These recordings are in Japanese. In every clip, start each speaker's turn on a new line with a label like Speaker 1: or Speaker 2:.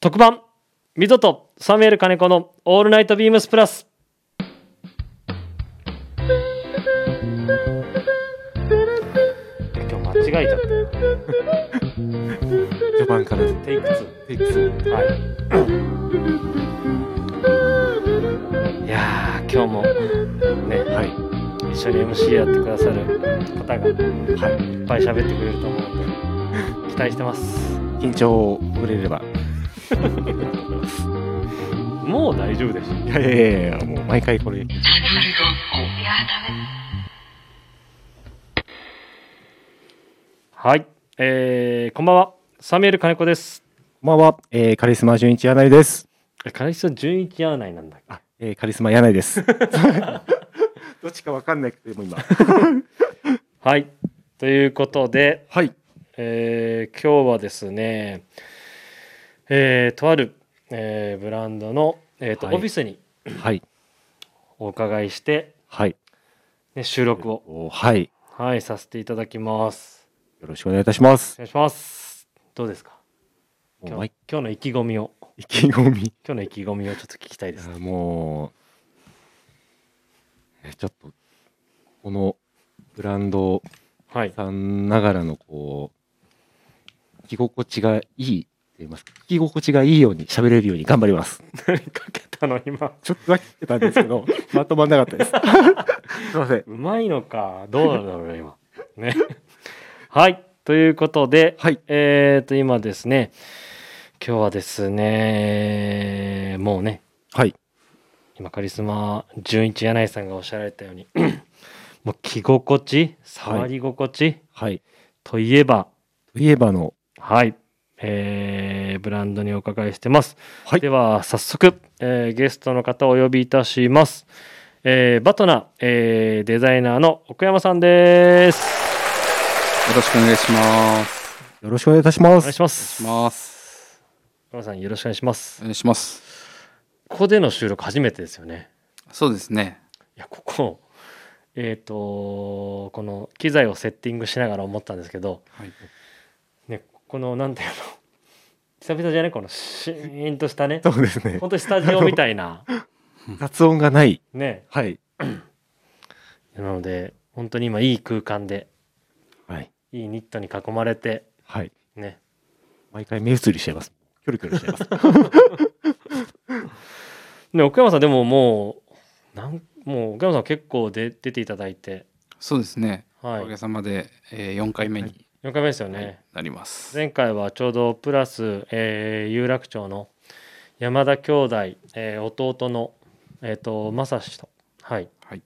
Speaker 1: 特番溝とサミュエル金子のオールナイトビームスプラス今日間違えちゃった
Speaker 2: 序盤からです
Speaker 1: テイク
Speaker 2: テイク2
Speaker 1: 2はいいやー今日もね
Speaker 2: はい
Speaker 1: 一緒に MC やってくださる方が、はい、いっぱい喋ってくれると思うので期待してます
Speaker 2: 緊張をほぐれれば
Speaker 1: もう大丈夫でしょ
Speaker 2: いやいやいやもう毎回これ
Speaker 1: はいえー、こんばんはサミュエル金子です
Speaker 2: こんばんは、えー、カリスマ純一柳井です
Speaker 1: え金子さん純一やないなんだっけ
Speaker 2: あ、えー、カリスマ柳井です どっちかわかんないけども今は
Speaker 1: はいということで
Speaker 2: い
Speaker 1: えー今日はですね、えーとある、えーブランドの、えーと
Speaker 2: はい
Speaker 1: オフィスに
Speaker 2: はい
Speaker 1: お伺いして、
Speaker 2: はい
Speaker 1: ね、収録を、
Speaker 2: おはい
Speaker 1: はい、させていただきます。
Speaker 2: よろしくお願いいたします
Speaker 1: お願いします。どうですか
Speaker 2: もう
Speaker 1: 今日
Speaker 2: 毎
Speaker 1: 今日の意気込みを
Speaker 2: 意気込み
Speaker 1: 今日の意気込みをちょっと聞きたい です。
Speaker 2: あもうえちょっとこのブランド
Speaker 1: はい、
Speaker 2: さんながらのこう着心地がいいって言いますか着心地がいいように喋れるように頑張ります
Speaker 1: 何かけたの今。
Speaker 2: ちょっとだけ言ってたんですけ どまとまんなかったですすいません
Speaker 1: うまいのかどうなんだろうね今。 ね。はいということで、
Speaker 2: はい
Speaker 1: えーと今ですね今日はですねもうね
Speaker 2: はい
Speaker 1: 今カリスマ純一柳井さんがおっしゃられたように もう着心地触り心地、
Speaker 2: はい
Speaker 1: といえば
Speaker 2: といえばの
Speaker 1: はいえーブランドにお伺いしてます、
Speaker 2: はい
Speaker 1: では早速、えーゲストの方をお呼びいたします、えーバトナ、えーデザイナーの奥山さんです
Speaker 3: よろしくお願いします。
Speaker 2: よろしくお願いいたしま
Speaker 1: お願い
Speaker 2: す
Speaker 1: します
Speaker 3: お願いします。
Speaker 1: 奥山さんよろしくお願いします
Speaker 3: お願いします。
Speaker 1: ここでの収録初めてですよね
Speaker 3: そうですね。
Speaker 1: いやここえっ、とこの機材をセッティングしながら思ったんですけど
Speaker 3: はい。
Speaker 1: ね、このなんていうの久々じゃないこのシーンとしたね
Speaker 2: そうですね
Speaker 1: 本当にスタジオみたい な
Speaker 2: 雑音がない
Speaker 1: ね
Speaker 2: はい
Speaker 1: なので本当に今いい空間で
Speaker 2: はい
Speaker 1: いいニットに囲まれて
Speaker 2: はい
Speaker 1: ね
Speaker 2: 毎回目移りしちゃいますキョロキョロしちゃいます
Speaker 1: ね奥山さんでももうなんもう奥山さん結構で出ていただいて
Speaker 3: そうですね。
Speaker 1: はい
Speaker 3: おかげさまで、えー、4回目に
Speaker 1: 4回目ですよね、
Speaker 3: なります。
Speaker 1: 前回はちょうどプラス、えー有楽町の山田兄弟、えー弟のえっ、と正志とはい
Speaker 3: はい。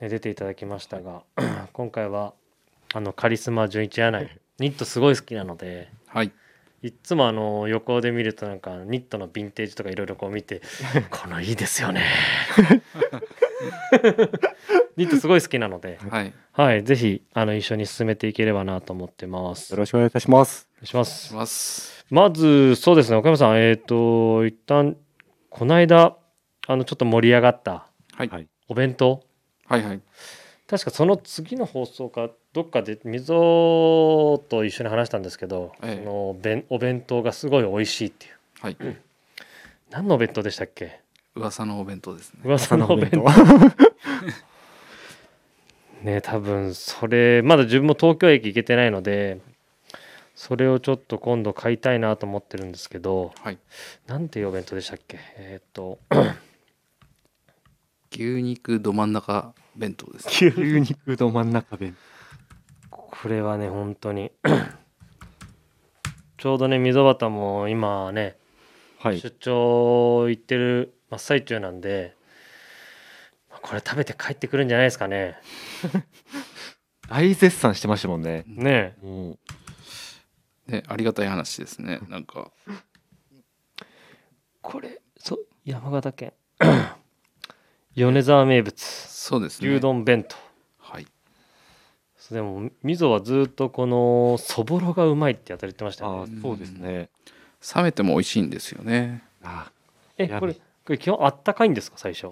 Speaker 1: ね、出ていただきましたが 今回はあのカリスマ純一柳井ニットすごい好きなので
Speaker 3: はい。
Speaker 1: いっつもあの横で見るとなんかニットのヴィンテージとかいろいろこう見てこのいいですよね ニットすごい好きなので
Speaker 3: はい。
Speaker 1: はいぜひあの一緒に進めていければなと思ってます
Speaker 2: よ
Speaker 1: お
Speaker 2: ろしくお願いいたします
Speaker 1: 願いしま
Speaker 3: し
Speaker 1: す
Speaker 3: ます。
Speaker 1: まずそうですね岡山さんえっ、と一旦この間あのちょっと盛り上がった
Speaker 3: はい。
Speaker 2: はい
Speaker 1: お弁当
Speaker 3: はいはい。
Speaker 1: 確かその次の放送かどっかで溝と一緒に話したんですけど、
Speaker 3: ええ
Speaker 1: その弁お弁当がすごい美味しいっていう
Speaker 3: はい。
Speaker 1: 何のお弁当でしたっけ
Speaker 3: 噂のお弁当ですね。
Speaker 1: 噂のお弁当 ね多分それまだ自分も東京駅行けてないのでそれをちょっと今度買いたいなと思ってるんですけど
Speaker 3: はい。
Speaker 1: なんていうお弁当でしたっけえーっと
Speaker 3: 牛肉ど真ん中弁当です、ね。
Speaker 2: 牛肉ど真ん中弁
Speaker 1: これはね本当に ちょうどね溝端も今ね
Speaker 2: はい
Speaker 1: 出張行ってる真っ最中なんでまあこれ食べて帰ってくるんじゃないですかね
Speaker 2: 大絶賛してましたもんね
Speaker 1: ね
Speaker 2: もう
Speaker 3: ね、ありがたい話ですね。なんか。
Speaker 1: これそう山形県米沢名物
Speaker 3: そうですね。
Speaker 1: 牛。丼弁当、
Speaker 3: はい。
Speaker 1: そうでもみぞはずっとこのそぼろがうまいってやたり言ってました
Speaker 2: あ
Speaker 1: よ
Speaker 2: あ
Speaker 1: ね
Speaker 3: ー
Speaker 2: そうですね
Speaker 3: 冷めても美味しいんですよね。
Speaker 2: あ
Speaker 1: え
Speaker 2: やべ
Speaker 1: これこれ基本あったかいんですか最初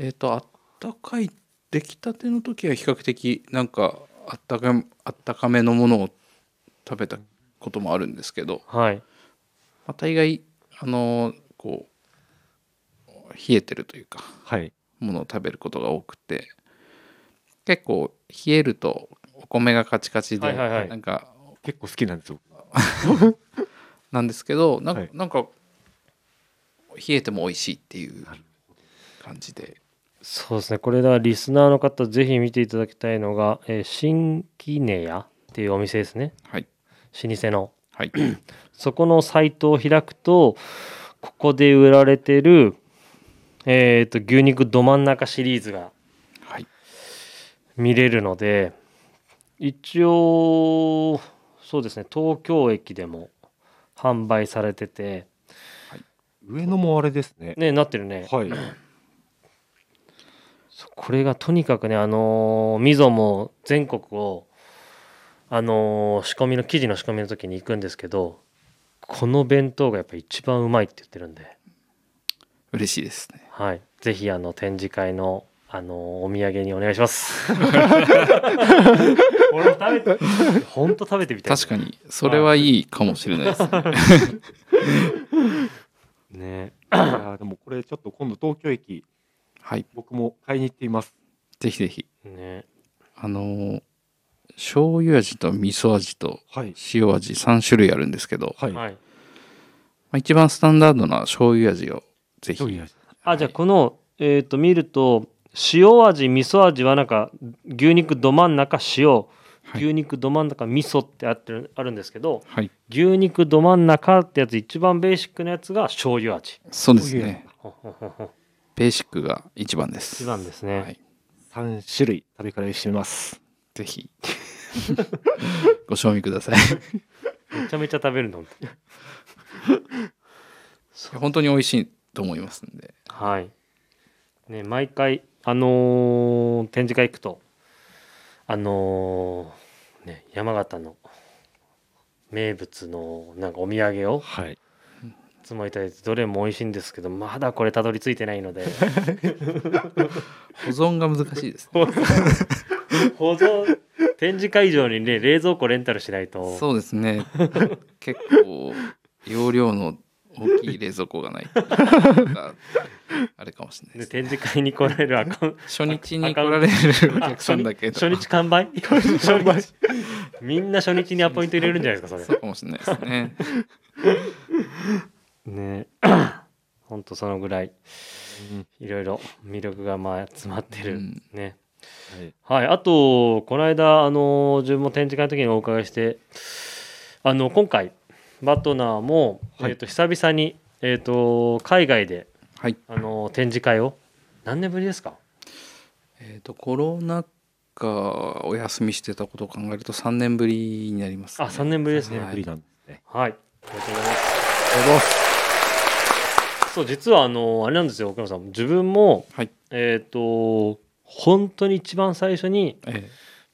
Speaker 3: えっ、と、あったかい、出来たての時は比較的、なんか、あったか、あったかめのものを食べたこともあるんですけど、
Speaker 1: はい
Speaker 3: まあ、大概あのこう冷えてるというか
Speaker 2: はい。
Speaker 3: ものを食べることが多くて結構冷えるとお米がカチカチで、
Speaker 1: はいはいはい
Speaker 3: なんか
Speaker 2: 結構好きなんですよ。
Speaker 3: なんですけどなんか,、
Speaker 2: はい
Speaker 3: なんか冷えても美味しいっていう感じで
Speaker 1: そうですねこれだからリスナーの方ぜひ見ていただきたいのが、えー新キネ屋っていうお店ですね
Speaker 3: はい
Speaker 1: 老舗の
Speaker 3: はい
Speaker 1: そこのサイトを開くとここで売られてる、えー、と牛肉ど真ん中シリーズが
Speaker 3: はい
Speaker 1: 見れるので一応そうですね東京駅でも販売されてて
Speaker 2: 上野もあれですね。
Speaker 1: ねなってるね、
Speaker 2: はい。
Speaker 1: そうこれがとにかくねあのー、みぞも全国をあのー仕込みの生地の仕込みの時に行くんですけどこの弁当がやっぱ一番うまいって言ってるんで
Speaker 3: 嬉しいですね
Speaker 1: はい、ぜひあの展示会のあのお土産にお願いします。 俺も食べて、本当食べてみたい。
Speaker 3: 確かにそれはいいかもしれないですね
Speaker 1: にね。
Speaker 2: いやーでもこれちょっと今度東京駅
Speaker 3: はい
Speaker 2: 僕も買いに行ってみます。
Speaker 3: ぜひぜひ
Speaker 1: ね。
Speaker 3: あのー醤油味と味噌味と
Speaker 2: はい。
Speaker 3: 塩味3種類あるんですけど、ま
Speaker 2: はい。
Speaker 1: はい。
Speaker 3: あ、一番スタンダードな醤油味をぜひ
Speaker 2: 醤油味
Speaker 1: あ、じゃあこのえっ、と見ると塩味味噌味はなんか牛肉ど真ん中塩、
Speaker 3: はい
Speaker 1: 牛肉ど真ん中味噌ってあってるあるんですけど、
Speaker 3: はい
Speaker 1: 牛肉ど真ん中ってやつ一番ベーシックなやつが醤油味。
Speaker 3: そうですね
Speaker 1: ほんほんほんほん
Speaker 3: ベーシックが一番です
Speaker 1: 一番ですね。
Speaker 3: はい
Speaker 2: 三種類食べ比べしてみます。
Speaker 3: ぜひ ご賞味ください
Speaker 1: めちゃめちゃ食べるの。そ
Speaker 3: 本当に美味しいと思いますんで
Speaker 1: はい。ね、毎回、あのー展示会行くと、あのーね、山形の名物のなんかお土産を
Speaker 2: はい。
Speaker 1: いつもいただいて、どれも美味しいんですけど、まだこれたどり着いてない ので、
Speaker 3: 保存が難しいです、ね、
Speaker 1: 保存、保存展示会場にね、冷蔵庫レンタルしないと、
Speaker 3: そうですね結構容量の大きい冷蔵庫がないとあれかもしれないで
Speaker 1: ね、
Speaker 3: す
Speaker 1: 展示会に来られ るアカウント、
Speaker 3: 初日に来られるお
Speaker 1: あ
Speaker 3: 客さんだけど
Speaker 1: 初日初日完 売初日みんな初日にアポイント入れるんじゃないですか、そ
Speaker 3: そう
Speaker 1: れ。
Speaker 3: かもしれないですね
Speaker 1: ね ほんとそのぐらい。いろいろ魅力がまあ詰まってる、
Speaker 3: うん
Speaker 1: ね。
Speaker 2: はい。
Speaker 1: はい、あとこの間あの自分も展示会の時にお伺いしてあの今回バトナーも、
Speaker 2: はい
Speaker 1: えー、と久々に、えー、と海外で
Speaker 3: はい
Speaker 1: あの展示会を何年ぶりですか
Speaker 3: えっ、とコロナ禍お休みしてたことを考えると3年ぶりになります、
Speaker 1: あ3年ぶりですね。
Speaker 2: 三
Speaker 1: は
Speaker 2: 年
Speaker 1: い
Speaker 2: ぶりなんですね。
Speaker 1: はい、ありがとうございます。そう実はあのあれなんですよ奥山さん自分も、
Speaker 3: はい
Speaker 1: えっ、と本当に一番最初に
Speaker 3: え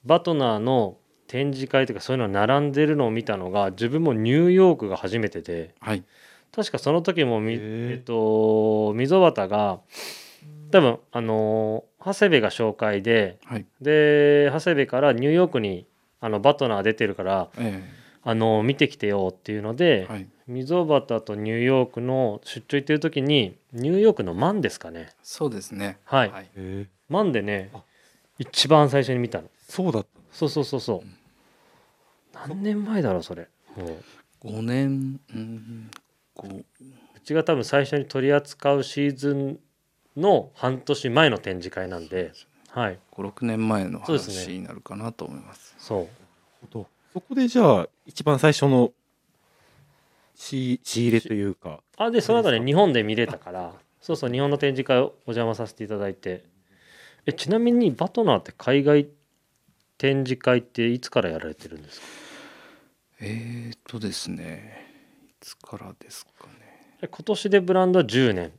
Speaker 1: バトナーの展示会とかそういうのが並んでるのを見たのが自分もニューヨークが初めてで
Speaker 3: えはい
Speaker 1: 確かその時もみ、
Speaker 2: へー
Speaker 1: えっと溝端が多分あのー長谷部が紹介で
Speaker 3: はい
Speaker 1: で長谷部からニューヨークにあのバトナー出てるから
Speaker 3: え
Speaker 1: あのー見てきてよっていうの
Speaker 3: え
Speaker 1: で、
Speaker 3: はい
Speaker 1: 溝端とニューヨークの出張行ってる時にニューヨークのマンですかね
Speaker 3: そうですね
Speaker 1: はい
Speaker 3: はい、
Speaker 2: ええ。
Speaker 1: マンでね
Speaker 2: あ
Speaker 1: 一番最初に見たの
Speaker 2: そうだったんで
Speaker 1: そうそうそうそう何年前だろうそれもう
Speaker 3: 5年うんこう
Speaker 1: うちが多分最初に取り扱うシーズンの半年前の展示会なんではい
Speaker 3: 56年前の
Speaker 1: そうです
Speaker 3: 話
Speaker 1: ね
Speaker 3: になるかなと思います
Speaker 1: そう
Speaker 2: すけどそこでじゃあ一番最初の仕仕入れというか。
Speaker 1: あでその後
Speaker 2: そうで
Speaker 1: ね
Speaker 2: すか
Speaker 1: 日本で見れたからそうそう日本の展示会をお邪魔させていただいてえちなみにバトナーって海外展示会っていつからやられてるんですか
Speaker 3: えー、とですねいつからですかね
Speaker 1: え今年でブランドは10年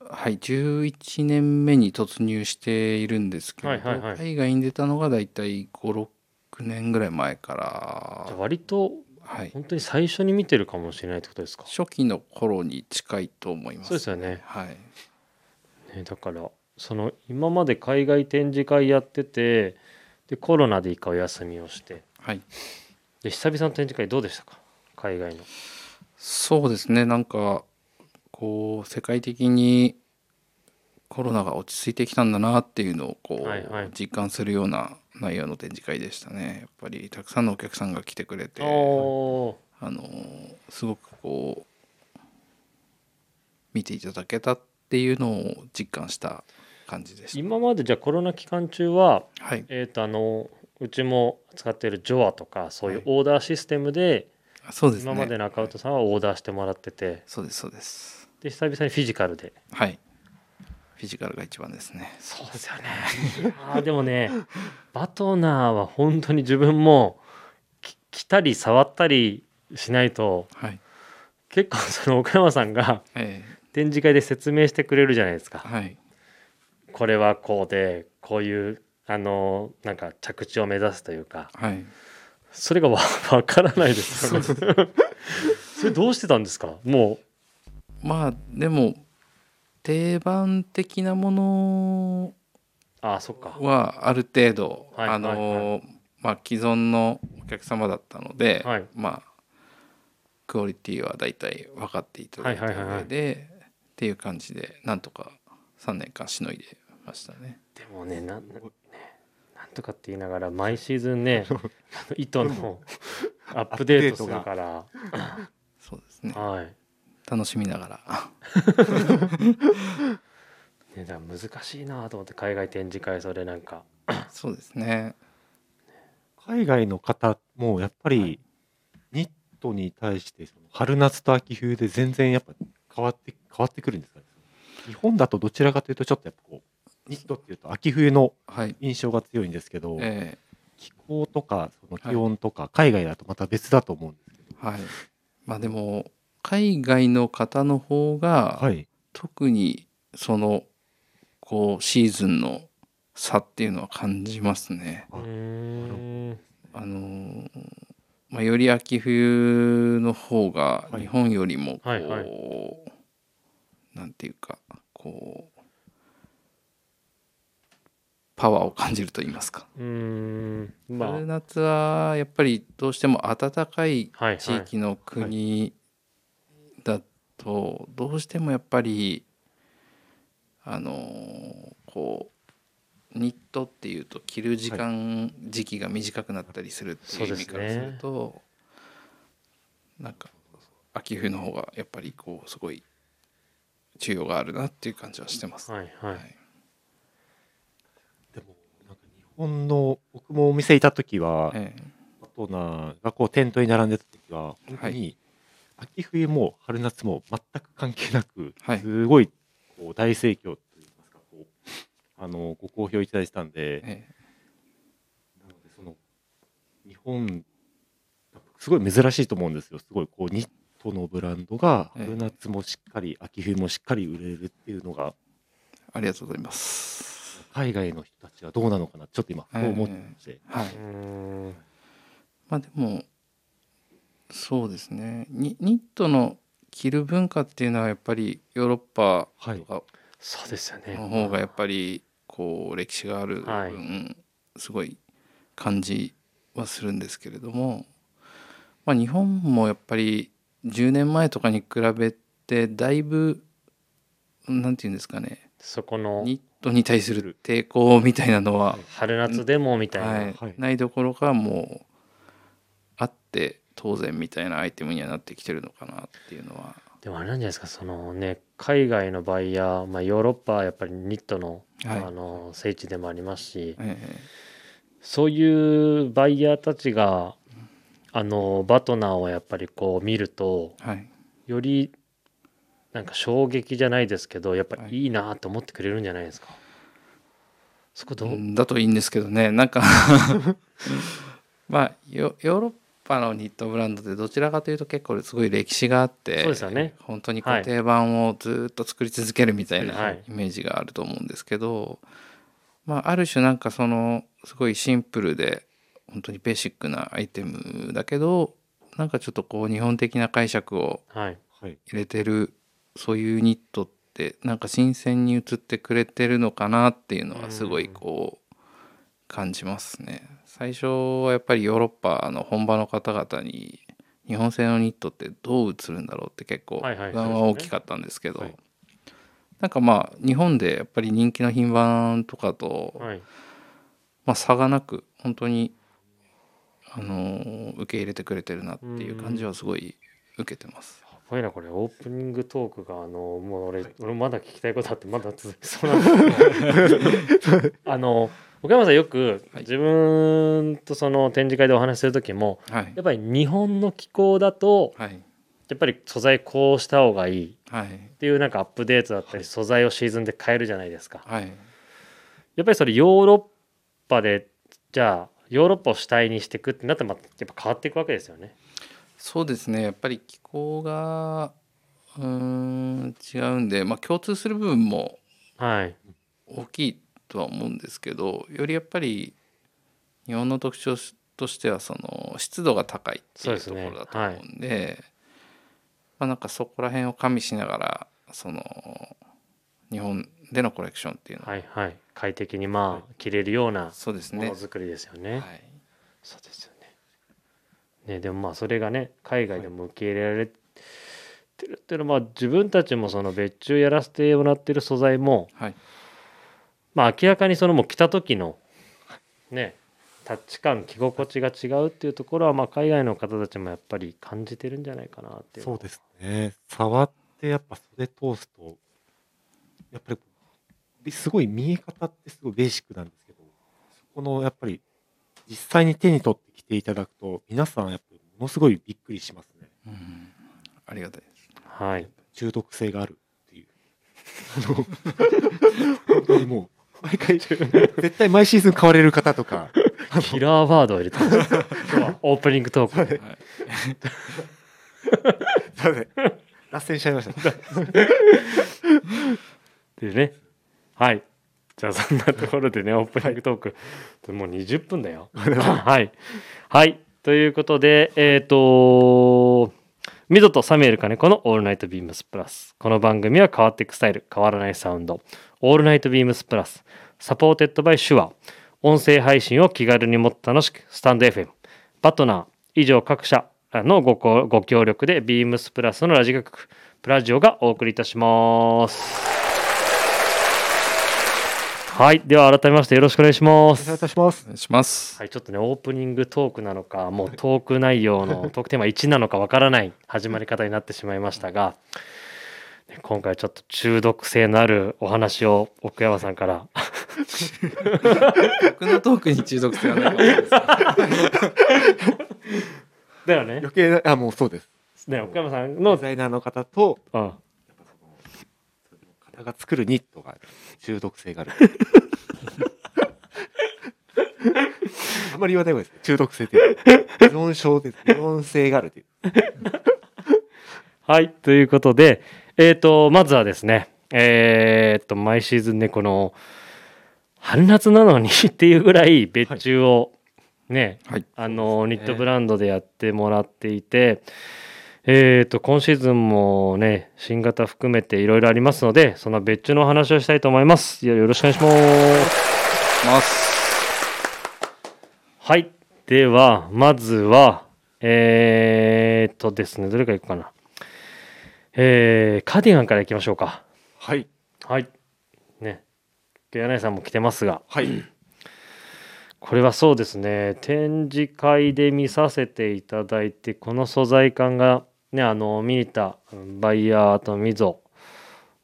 Speaker 3: はい11年目に突入しているんですけれど、
Speaker 1: はいはいはい
Speaker 3: 海外に出たのがだいたい56年ぐらい前か
Speaker 1: じゃあ
Speaker 3: ら、
Speaker 1: 割と
Speaker 3: はい、
Speaker 1: 本当に最初に見てるかもしれないってことですか
Speaker 3: 初期の頃に近いと思います
Speaker 1: そうですよね
Speaker 3: はい
Speaker 1: ね、だからその今まで海外展示会やっててでコロナで一回お休みをして
Speaker 3: はい
Speaker 1: で久々の展示会どうでしたか海外の
Speaker 3: そうですねなんかこう世界的にコロナが落ち着いてきたんだなっていうのをこう、
Speaker 1: はいはい
Speaker 3: 実感するような内容の展示会でしたねやっぱりたくさんのお客さんが来てくれて
Speaker 1: おー
Speaker 3: あのすごくこう見ていただけたっていうのを実感した感じでした。
Speaker 1: 今までじゃあコロナ期間中は
Speaker 3: はい、
Speaker 1: えっ、とあのうちも使っている JOA とかそういう
Speaker 3: はい
Speaker 1: オーダーシステムで、
Speaker 3: あそうですね。
Speaker 1: 今までのアカウントさんはオーダーしてもらってて
Speaker 3: そうですそうです。
Speaker 1: で久々にフィジカルで
Speaker 3: はい。フィジカルが一番ですね。
Speaker 1: そうですよねあーでもねバトナーは本当に自分もき着たり触ったりしないと
Speaker 3: はい。
Speaker 1: 結構その奥山さんが
Speaker 3: え
Speaker 1: 展示会で説明してくれるじゃないです
Speaker 3: え
Speaker 1: か
Speaker 3: はい。
Speaker 1: これはこうでこういうあのなんか着地を目指すというか
Speaker 3: はい。
Speaker 1: それがわ わからないですよねそれどうしてたんですかも
Speaker 3: まあでも定番的なもの
Speaker 1: うあーそっか
Speaker 3: はある程度、
Speaker 1: はいは
Speaker 3: あ
Speaker 1: い
Speaker 3: のまあ既存のお客様だったので、
Speaker 1: はい
Speaker 3: まあクオリティはだいたい分かっていただいた
Speaker 1: はいはいはいはい
Speaker 3: 上でっていう感じでなんとか3年間しのいでましたね。
Speaker 1: でもねなんねなんとかって言いながら毎シーズンねあの糸のアップデートするから
Speaker 3: そうですね。
Speaker 1: はい
Speaker 3: 楽しみながら
Speaker 1: ね、だから難しいなと思って海外展示会それなんか
Speaker 3: そうですね。
Speaker 2: 海外の方もやっぱ
Speaker 1: はい
Speaker 2: りニットに対してその春夏と秋冬で全然やっぱ変わって変わってくるんですかね日本だとどちらかというとちょっとやっぱこうニットっていうと秋冬の
Speaker 3: はい。
Speaker 2: 印象が強いんですけど、
Speaker 3: え
Speaker 2: 気候とかその気温とか海外だとまた別だと思うんですけど、
Speaker 3: えはい。まあでも海外の方の方が、
Speaker 2: はい、
Speaker 3: 特にそのこうシーズンの差っていうのは感じますね。
Speaker 1: う
Speaker 2: あ
Speaker 1: ーん
Speaker 3: あのーまあ、より秋冬の方が
Speaker 2: はい
Speaker 3: 日本よりもこう、
Speaker 1: はいはい
Speaker 3: なんていうかこうパワーを感じると言いますか。
Speaker 1: うーんまあ
Speaker 3: 春夏はやっぱりどうしても暖かい
Speaker 1: はいは
Speaker 3: 地
Speaker 1: い
Speaker 3: 域の国だとどうしてもやっぱりあのーこうニットっていうと着る時間、時期が短くなったりするっていう意味
Speaker 1: そう
Speaker 3: か
Speaker 1: で
Speaker 3: ら
Speaker 1: す
Speaker 3: す
Speaker 1: ね
Speaker 3: るとなんか秋冬の方がやっぱりこうすごい需要があるなっていう感じはしてます。
Speaker 1: はいは
Speaker 3: はい
Speaker 2: でもなんか日本の僕もお店いた時は
Speaker 3: ええ
Speaker 2: パートナーがこう店頭に並んでた時は本当に秋冬も春夏も全く関係なく、
Speaker 3: はい
Speaker 2: すごいこう大盛況といいますかこうあのご好評いただいてたんで、
Speaker 3: ええ
Speaker 2: なのでその日本すごい珍しいと思うんですよすごいこうニットのブランドが
Speaker 3: ええ
Speaker 2: 春夏もしっかり秋冬もしっかり売れるっていうのが
Speaker 3: ありがとうございます。
Speaker 2: 海外の人たちはどうなのかなちょっと今そう思ってまして、
Speaker 3: はいう
Speaker 1: ーん
Speaker 3: まあでもそうですねニニットの着る文化っていうのはやっぱりヨーロッパ
Speaker 2: はい
Speaker 3: とか
Speaker 1: そうですよね
Speaker 3: の方がやっぱりこう歴史がある分、
Speaker 1: はい
Speaker 3: すごい感じはするんですけれども、まあ、日本もやっぱり10年前とかに比べてだいぶなんていうんですかね
Speaker 1: そこの
Speaker 3: ニットに対する抵抗みたいなのは
Speaker 1: 春夏でもみたいな、
Speaker 3: はい
Speaker 2: はい
Speaker 3: ないどころかもうあって当然みたいなアイテムにはなってきてるのかなっていうのは
Speaker 1: でもあれなんじゃないですかそのね海外のバイヤー、まあ、ヨーロッパはやっぱりニットの,、
Speaker 3: はい
Speaker 1: あの聖地でもありますし、
Speaker 3: え
Speaker 1: そういうバイヤーたちがあのバトナーをやっぱりこう見ると
Speaker 3: えはい
Speaker 1: よりなんか衝撃じゃないですけどやっぱ
Speaker 3: はい
Speaker 1: いいなと思ってくれるんじゃないですか、そこどう、
Speaker 3: うんだといいんですけどねなん かまあヨヨーロッパのニットブランドってどちらかというと結構すごい歴史があって
Speaker 1: そうですよね
Speaker 3: 本当にこ
Speaker 1: は
Speaker 3: う
Speaker 1: い
Speaker 3: 定番をずっと作り続けるみたい
Speaker 1: は
Speaker 3: ないイメージがあると思うんですけど、まあ、ある種なんかそのすごいシンプルで本当にベーシックなアイテムだけどなんかちょっとこう日本的な解釈を
Speaker 1: はい
Speaker 2: はい
Speaker 3: 入れてるそういうニットってなんか新鮮に映ってくれてるのかなっていうのはすごいこう感じますね。最初はやっぱりヨーロッパの本場の方々に日本製のニットってどう映るんだろうって結構
Speaker 1: はいはい
Speaker 3: 不安は大きかったんですけど、
Speaker 1: そうですね
Speaker 3: なんかまあ日本でやっぱり人気の品番とかと、
Speaker 1: はい
Speaker 3: まあ、差がなく本当にあのー受け入れてくれてるなっていう感じはすごい受けてます。
Speaker 1: やばいなこれオープニングトークがあのもう俺、俺まだ聞きたいことあってまだ続きそうなんですけど あの岡山さんよく
Speaker 3: はい
Speaker 1: 自分とその展示会でお話しする時も
Speaker 3: はい
Speaker 1: やっぱり日本の気候だと
Speaker 3: はい
Speaker 1: やっぱり素材こうした方がいい
Speaker 3: はい
Speaker 1: っていうなんかアップデートだったり素材をシーズンで変えるじゃないですか。
Speaker 3: はい
Speaker 1: やっぱりそれヨーロッパでじゃあヨーロッパを主体にしていくってなってまたやっぱ変わっていくわけですよね。
Speaker 3: そうですねやっぱり気候がうーん違うんで、まあ、共通する部分も
Speaker 1: はい。
Speaker 3: 大きいとは思うんですけどよりやっぱり日本の特徴としてはその湿度が高いって
Speaker 1: そう
Speaker 3: い
Speaker 1: で
Speaker 3: う
Speaker 1: す
Speaker 3: とこ
Speaker 1: ね
Speaker 3: ろだと思うんでまあ、なんかそこら辺を加味しながらその日本でのコレクションっていうのは、
Speaker 1: はいはい。快適にまあ着れるような
Speaker 3: そうです
Speaker 1: も
Speaker 3: ね
Speaker 1: の。づくりですよね。
Speaker 3: はい、
Speaker 1: そうですよね。ねでもまあそれがね海外でも受け入れられてるっていうのはまあ自分たちもその別注やらせてもらってる素材も
Speaker 3: はい、
Speaker 1: まあ明らかにそのもう着た時のねタッチ感着心地が違うっていうところはまあ海外の方たちもやっぱり感じてるんじゃないかなっていう
Speaker 2: そうですね。触ってやっぱ袖通すと、やっぱりですごい見え方ってすごいベーシックなんですけど、そこのやっぱり実際に手に取ってきていただくと、皆さんやっぱりものすごいびっくりしますね。
Speaker 3: うん、ありがたいです。
Speaker 1: はい
Speaker 2: 中毒性があるっていう。あの、本当にもう、毎回、絶対毎シーズン買われる方とか、あの
Speaker 1: キラーワードを入れた今日はオープニングトークで
Speaker 3: はい
Speaker 2: すいません脱線しちゃいました。
Speaker 1: でねはいじゃあそんなところでねオープニングトークもう20分だよはいはいということでえっ、とミドとサミュエル金子の「オールナイトビームスプラス」この番組は変わっていくスタイル変わらないサウンド「オールナイトビームスプラス」サポーテッドバイシュア音声配信を気軽にもっと楽しくスタンド FM パートナー以上各社のごこご協力でビームスプラスのラジカ局プラジオがお送りいたしますはいでは改めましてよろしくお願いしま
Speaker 2: お
Speaker 1: す
Speaker 2: 願いいたします
Speaker 3: お。願いします。
Speaker 1: はい、ちょっとねオープニングトークなのかもうトーク内容の トークテーマ1なのかわからない始まり方になってしまいましたがね今回ちょっと中毒性のあるお話を奥山さんから
Speaker 3: 僕のトークに中毒性はないかもしれないです。
Speaker 1: だよね
Speaker 2: 余計な、あ、もうそうです。
Speaker 1: ね奥山さん
Speaker 2: デ
Speaker 1: の、
Speaker 2: ザイナーの方と、
Speaker 1: うん、
Speaker 2: 方が作るニットが中毒性がある。あんまり言わない方がいいですね。中毒性っていうのは。依存症です。依存性があるっていう。
Speaker 1: はい、ということで、えー、とまずはですね、えー、と毎シーズンね、この春夏なのに っていうぐらい別注を、ね
Speaker 3: はい
Speaker 1: あのニット
Speaker 2: ね
Speaker 1: ブランドでやってもらっていて、えー、と今シーズンもね新型含めていろいろありますのでその別注のお話をしたいと思います。よろしくお願いします。
Speaker 3: ます。
Speaker 1: はい、ではまずはえー、とですねどれからいくかな、えー、カーディガンからいきましょうか。
Speaker 2: はい。
Speaker 1: はい。ね。柳井さんも来てますが、
Speaker 2: はい。
Speaker 1: これはそうですね、展示会で見させていただいて、この素材感が、ね、あの、見に行ったうんバイヤーとみぞ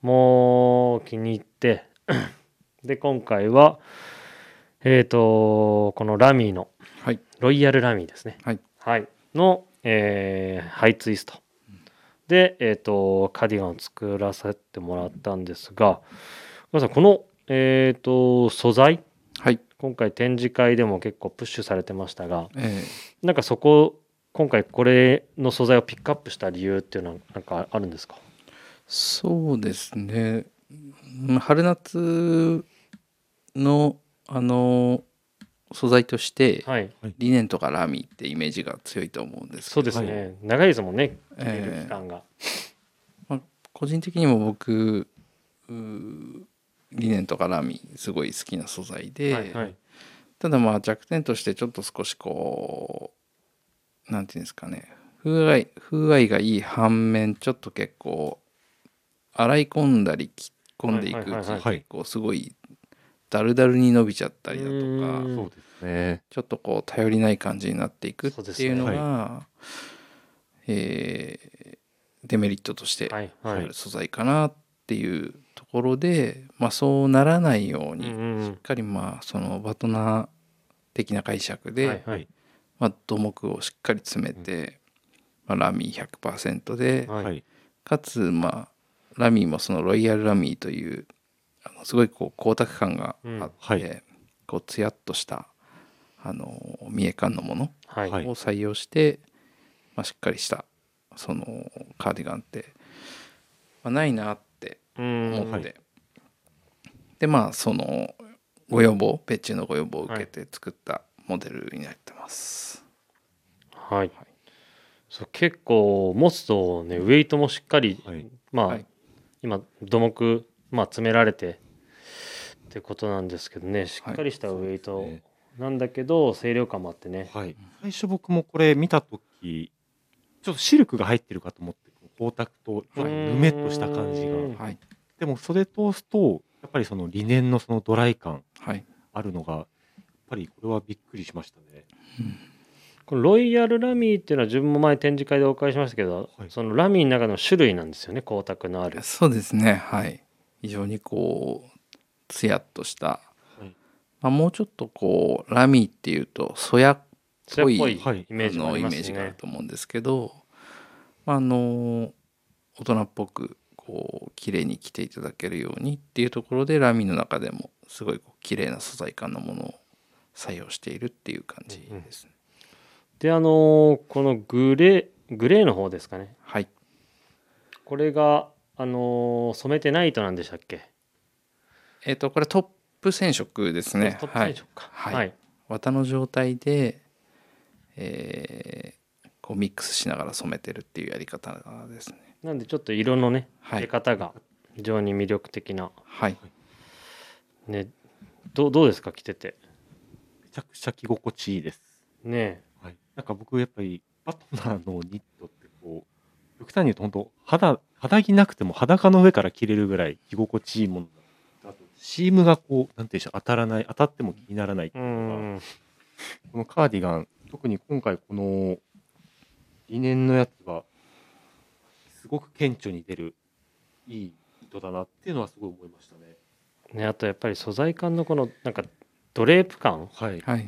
Speaker 1: も気に入って、 で、今回は、えっ、と、このラミーの、
Speaker 3: はい
Speaker 1: ロイヤルラミーですね。
Speaker 3: はい
Speaker 1: はい。の、えーハイツイスト。で、えっ、と、カディガンを作らせてもらったんですが、皆さん、この、えっ、と、素材、
Speaker 3: はい。
Speaker 1: 今回展示会でも結構プッシュされてましたが、
Speaker 3: え
Speaker 1: なんかそこ、今回これの素材をピックアップした理由っていうのは、なんかあるんですか
Speaker 3: ーそうですね。うん春夏のあの素材として、
Speaker 1: はい。
Speaker 3: リネンとかラミーってイメージが強いと思うんです
Speaker 1: そう
Speaker 3: けど
Speaker 1: ですね。
Speaker 2: は
Speaker 1: 長いですもんね、着れる
Speaker 3: ええ
Speaker 1: 期間が。
Speaker 3: まあ、個人的にも僕うーリネンとかラミーすごい好きな素材で、
Speaker 1: はいはい。
Speaker 3: ただまあ弱点としてちょっと少しこうなんていうんですかね不風合い風合いがいい反面ちょっと結構洗い込んだり着込んでいくうち
Speaker 1: はいはいはい
Speaker 2: はい
Speaker 3: 結構すごいダルダルに伸びちゃったりだと
Speaker 1: う
Speaker 3: か
Speaker 1: ーん
Speaker 2: そうですね。
Speaker 3: ちょっとこう頼りない感じになっていくっていうのが
Speaker 2: そうですね
Speaker 3: えーデメリットとして
Speaker 1: は
Speaker 3: あ
Speaker 1: いはい、
Speaker 3: る素材かなっていうところで、まあ、そうならないよう
Speaker 1: うん
Speaker 3: に、し
Speaker 1: うんうん
Speaker 3: っかりまあそのバトナー的な解釈で、
Speaker 1: はいはい
Speaker 3: まあ、土木をしっかり詰めて、まあ、ラミー100%で、
Speaker 1: はい
Speaker 2: はい。
Speaker 3: かつまあラミーもそのロイヤルラミーというあのすごいこう光沢感があって、
Speaker 2: うんは
Speaker 3: こうツヤっとしたあの見え感のもの
Speaker 1: はい
Speaker 2: はい
Speaker 3: を採用して、まあ、しっかりしたそのカーディガンって、まあ、ないなって
Speaker 1: うん
Speaker 3: 思って、
Speaker 2: はい
Speaker 3: でまあそのご要望別注のご要望を受けて作ったモデルになってます。
Speaker 1: はいそう結構持つとねウエイトもしっかり、
Speaker 2: はい。
Speaker 1: まあ、
Speaker 3: はい
Speaker 1: 今土木、まあ、詰められてってことなんですけどねしっかりしたウエイト
Speaker 2: ね
Speaker 1: なんだけど、清涼感もあってね、
Speaker 2: はい。最初僕もこれ見たとき、ちょっとシルクが入ってるかと思って、光沢と、
Speaker 1: は
Speaker 2: ぬ
Speaker 1: い
Speaker 2: めっとした感じ
Speaker 1: うん
Speaker 2: が。
Speaker 3: はい
Speaker 2: でも袖通すと、やっぱりそのリネンのそのドライ感
Speaker 3: はい
Speaker 2: あるのが、やっぱりこれはびっくりしましたね。
Speaker 1: このロイヤルラミーっていうのは自分も前展示会でお伺いしましたけど、
Speaker 2: はい
Speaker 1: そのラミーの中の種類なんですよね光沢のある
Speaker 3: そうですねはい非常にこうツヤっとした、
Speaker 2: はい
Speaker 3: まあ、もうちょっとこうラミーっていうとそやっ
Speaker 1: 艶っぽい
Speaker 2: はい
Speaker 1: イメージもあ
Speaker 3: の
Speaker 1: り
Speaker 3: イメ
Speaker 1: ま
Speaker 3: ー
Speaker 1: す
Speaker 3: ジがある
Speaker 1: ね。
Speaker 3: と思うんですけど、まあ、あの大人っぽくこう綺麗に着ていただけるようにっていうところでラミの中でもすごいこう綺麗な素材感のものを採用しているっていう感じですね。
Speaker 1: であのーこのグレーグレーの方ですかね
Speaker 3: はい、
Speaker 1: これが、あのー染めてないとなんでしたっけ、
Speaker 3: えっとこれトップ染色ですね。
Speaker 1: トップ選手か
Speaker 3: はい綿の状態で、えーこうミックスしながら染めてるっていうやり方ですね。
Speaker 1: なんでちょっと色のね
Speaker 3: はい
Speaker 1: 出方が非常に魅力的な、
Speaker 3: はい、
Speaker 1: ねどうどうですか着てて
Speaker 2: めちゃくちゃ着心地いいです。
Speaker 1: ね
Speaker 2: はい、なんか僕やっぱりバトナーのニットってこう極端に言うと本当肌肌着なくても裸の上から着れるぐらい着心地いいものだあとシームがこうなんていうんでしょう当たらない当たっても気にならないって
Speaker 1: え
Speaker 2: いううのが
Speaker 1: ん
Speaker 2: このカーディガン特に今回このリネンのやつはすごく顕著に出るいい糸だなっていうのはすごい思いましたね。
Speaker 1: ねあとやっぱり素材感のこのなんかドレープ感
Speaker 2: はい、
Speaker 3: はい、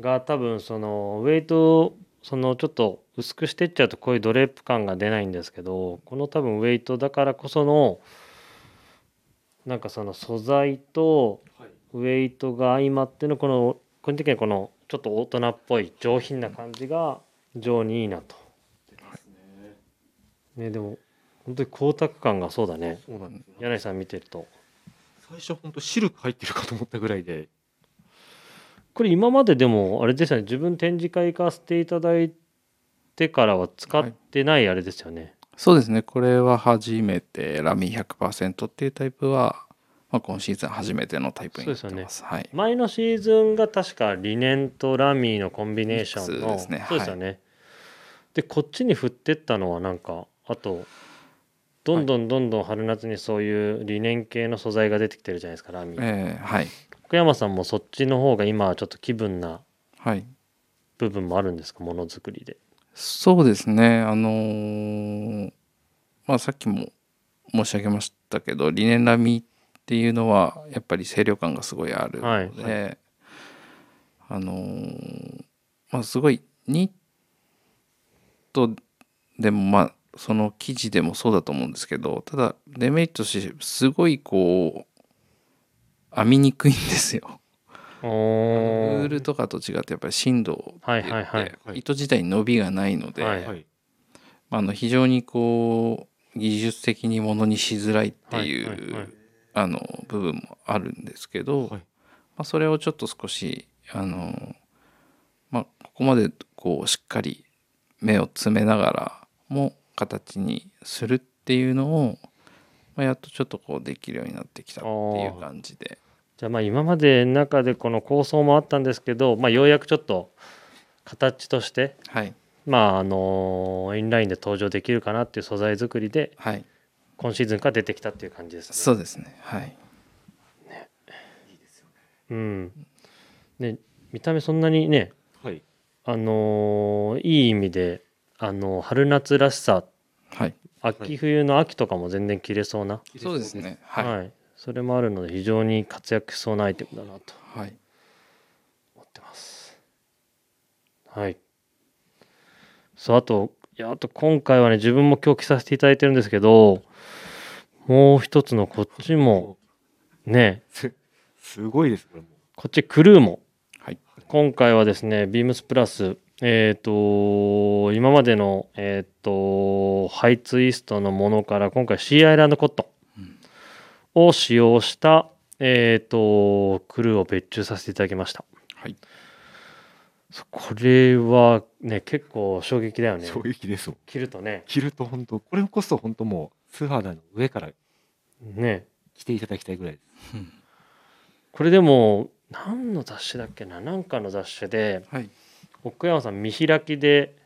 Speaker 1: が多分そのウェイトをそのちょっと薄くしてっちゃうとこういうドレープ感が出ないんですけどこの多分ウェイトだからこそのなんかその素材と
Speaker 2: はい
Speaker 1: ウェイトが相まってのこの個人的にはこのちょっと大人っぽい上品な感じが非常にいいなと。ねでも本当に光沢感がそうだね
Speaker 2: そうなんですよ
Speaker 1: 柳井さん見てると
Speaker 2: 最初本当シルク入ってるかと思ったぐらいで
Speaker 1: これ今まででもあれですよね自分展示会行かせていただいてからは使ってないあれですよね、
Speaker 3: そうですねこれは初めてラミー100%っていうタイプは、まあ、今シーズン初めてのタイプになって
Speaker 1: そうで
Speaker 3: ます。はい、
Speaker 1: 前のシーズンが確かリネンとラミーのコンビネーションの
Speaker 3: ミックスですね
Speaker 1: そうですよね、でこっちに振ってったのはなんかあとどんどんどんどん春夏にそういうリネン系の素材が出てきてるじゃないですかラミー、
Speaker 3: えーはい、
Speaker 1: 福山さんもそっちの方が今はちょっと気分な
Speaker 3: はい、
Speaker 1: 部分もあるんですかものづくりで
Speaker 3: そうですねあのーまあさっきも申し上げましたけどリネンラミっていうのはやっぱり清涼感がすごいある
Speaker 1: はい
Speaker 3: ので、あのーまあすごいニットでもまあその生地でもそうだと思うんですけどただデメリットとしてすごいこう編みにくいんですよ。
Speaker 1: お
Speaker 3: ウ
Speaker 1: ー
Speaker 3: ールとかと違ってやっぱり振動って言
Speaker 1: はいはいは
Speaker 3: っ
Speaker 1: い
Speaker 2: は
Speaker 3: て
Speaker 2: い
Speaker 3: 糸自体に伸びがないので、
Speaker 1: はい
Speaker 2: はい
Speaker 3: まあ、あの非常にこう技術的にものにしづらいっていう、
Speaker 1: はいはいはい
Speaker 3: あの部分もあるんですけど、
Speaker 2: はい
Speaker 3: まあ、それをちょっと少しあの、まあ、ここまでこうしっかり目を詰めながらも形にするっていうのを、まあ、やっとちょっとこうできるようになってきたっていう感じで。
Speaker 1: じゃあまあ今まで中でこの構想もあったんですけど、まあ、ようやくちょっと形として
Speaker 3: はい、
Speaker 1: まああのインラインで登場できるかなっていう素材作りで
Speaker 3: はい
Speaker 1: 今シーズンから出てきたっていう感じですね。
Speaker 3: そうですねはい
Speaker 1: うんね、見た目そんなにね、
Speaker 2: はい。
Speaker 1: あのーいい意味で、あのー春夏らしさ
Speaker 3: はい
Speaker 1: 秋冬の秋とかも全然着れそうな、
Speaker 3: そうです。ね
Speaker 1: はい
Speaker 3: はい
Speaker 1: それもあるので非常に活躍しそうなアイテムだなと
Speaker 3: はい
Speaker 1: 思ってます。はいそうあといやあと今回はね自分も今日着させていただいてるんですけどもう一つのこっちも
Speaker 2: も
Speaker 1: ね
Speaker 2: う、すごいです、これもう。
Speaker 1: こっちクルーも
Speaker 3: はい
Speaker 1: 今回はですね、ビームスプラス、えっ、と、今までの、えっ、と、ハイツイストのものから、今回、シーアイランドコット
Speaker 3: うん
Speaker 1: ンを使用した、えっ、と、クルーを別注させていただきました。
Speaker 3: はい
Speaker 1: そうこれはね、結構衝撃だよね。
Speaker 2: 衝撃ですもん。
Speaker 1: 着るとね、
Speaker 2: 着ると本当、これこそ本当もう、素肌の上から
Speaker 1: ね、
Speaker 2: 着ていただきたいぐらいです。
Speaker 3: うん
Speaker 1: これでも、何の雑誌だっけな、なんかの雑誌で、
Speaker 3: はい
Speaker 1: 奥山さん見開きで、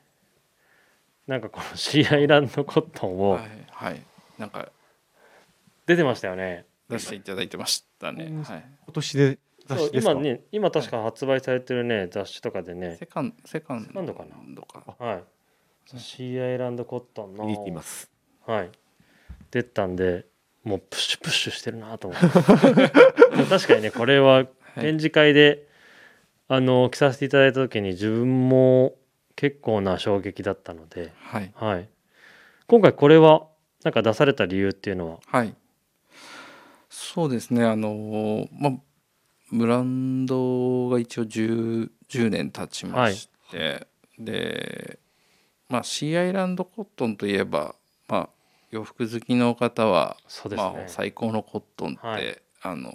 Speaker 1: なんかこの シーアイランドコットンを、
Speaker 3: はいはいなんか
Speaker 1: 出てましたよね。
Speaker 3: 出していただいてましたねはい
Speaker 2: 今年で雑
Speaker 1: そう
Speaker 2: 誌ですか
Speaker 1: 今ね今確か発売されてるね雑誌とかでね
Speaker 3: セカンセカン
Speaker 1: セカンドかな
Speaker 3: ドか
Speaker 1: はいそうシーアイランドコットン
Speaker 2: 見に行ってい
Speaker 1: の
Speaker 2: ます。
Speaker 1: はい出たんでもうプッシュプッシュしてるなと思って でも確かにねこれは
Speaker 3: はい
Speaker 1: 展示会で、あの着させていただいた時に自分も結構な衝撃だったので
Speaker 3: はい
Speaker 1: はい今回これはなんか出された理由っていうのは
Speaker 3: はいそうですねあのまあブランドが一応 10, 10年経ちまして、でまあシーアイランドコットンといえばまあ洋服好きの方は、
Speaker 1: そうです
Speaker 3: まあ
Speaker 1: ね、
Speaker 3: 最高のコットンって、
Speaker 1: はい
Speaker 3: あの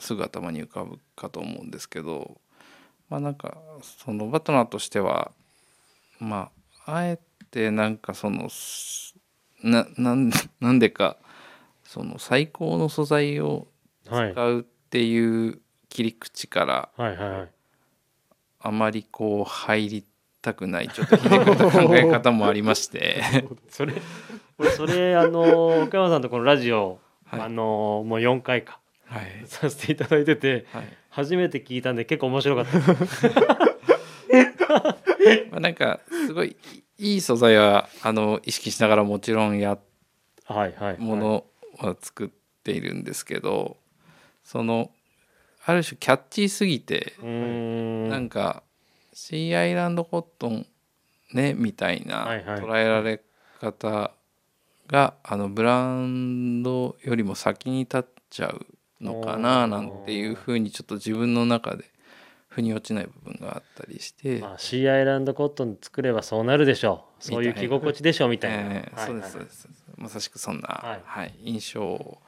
Speaker 3: すぐ頭に浮かぶかと思うんですけどまあなんかそのバトナーとしてはまああえてなんかそのすななん なんでかその最高の素材を
Speaker 1: はい
Speaker 3: 使うっていう切り口から
Speaker 1: はいはいはい
Speaker 3: あまりこう入りたくないちょっとひねった考え方もありまして
Speaker 1: それ俺それあ の岡山さんとこのラジオ、
Speaker 3: はい
Speaker 1: あのもう4回か
Speaker 3: はい、
Speaker 1: させていただいてて
Speaker 3: はい
Speaker 1: 初めて聞いたんで結構面白かったです
Speaker 3: まあ、なんかすごいいい素材はあの意識しながらもちろんや
Speaker 1: はいはいはい
Speaker 3: ものは作っているんですけど、そのある種キャッチーすぎて
Speaker 1: うーん
Speaker 3: なんかシーアイランドコットンねみたいな
Speaker 1: はいはい
Speaker 3: 捉えられ方があのブランドよりも先に立っちゃうのかな
Speaker 1: おー
Speaker 3: なんていうふうにちょっと自分の中で腑に落ちない部分があったりして、
Speaker 1: まあ、シーアイランドコットン作ればそうなるでしょうそういう
Speaker 3: みたい
Speaker 1: 着
Speaker 3: な
Speaker 1: 心地でしょうみたいな、
Speaker 3: ええ
Speaker 1: はい
Speaker 3: そう
Speaker 1: はい
Speaker 3: ですそうですまさしくそんな、
Speaker 1: は
Speaker 3: はいい印象を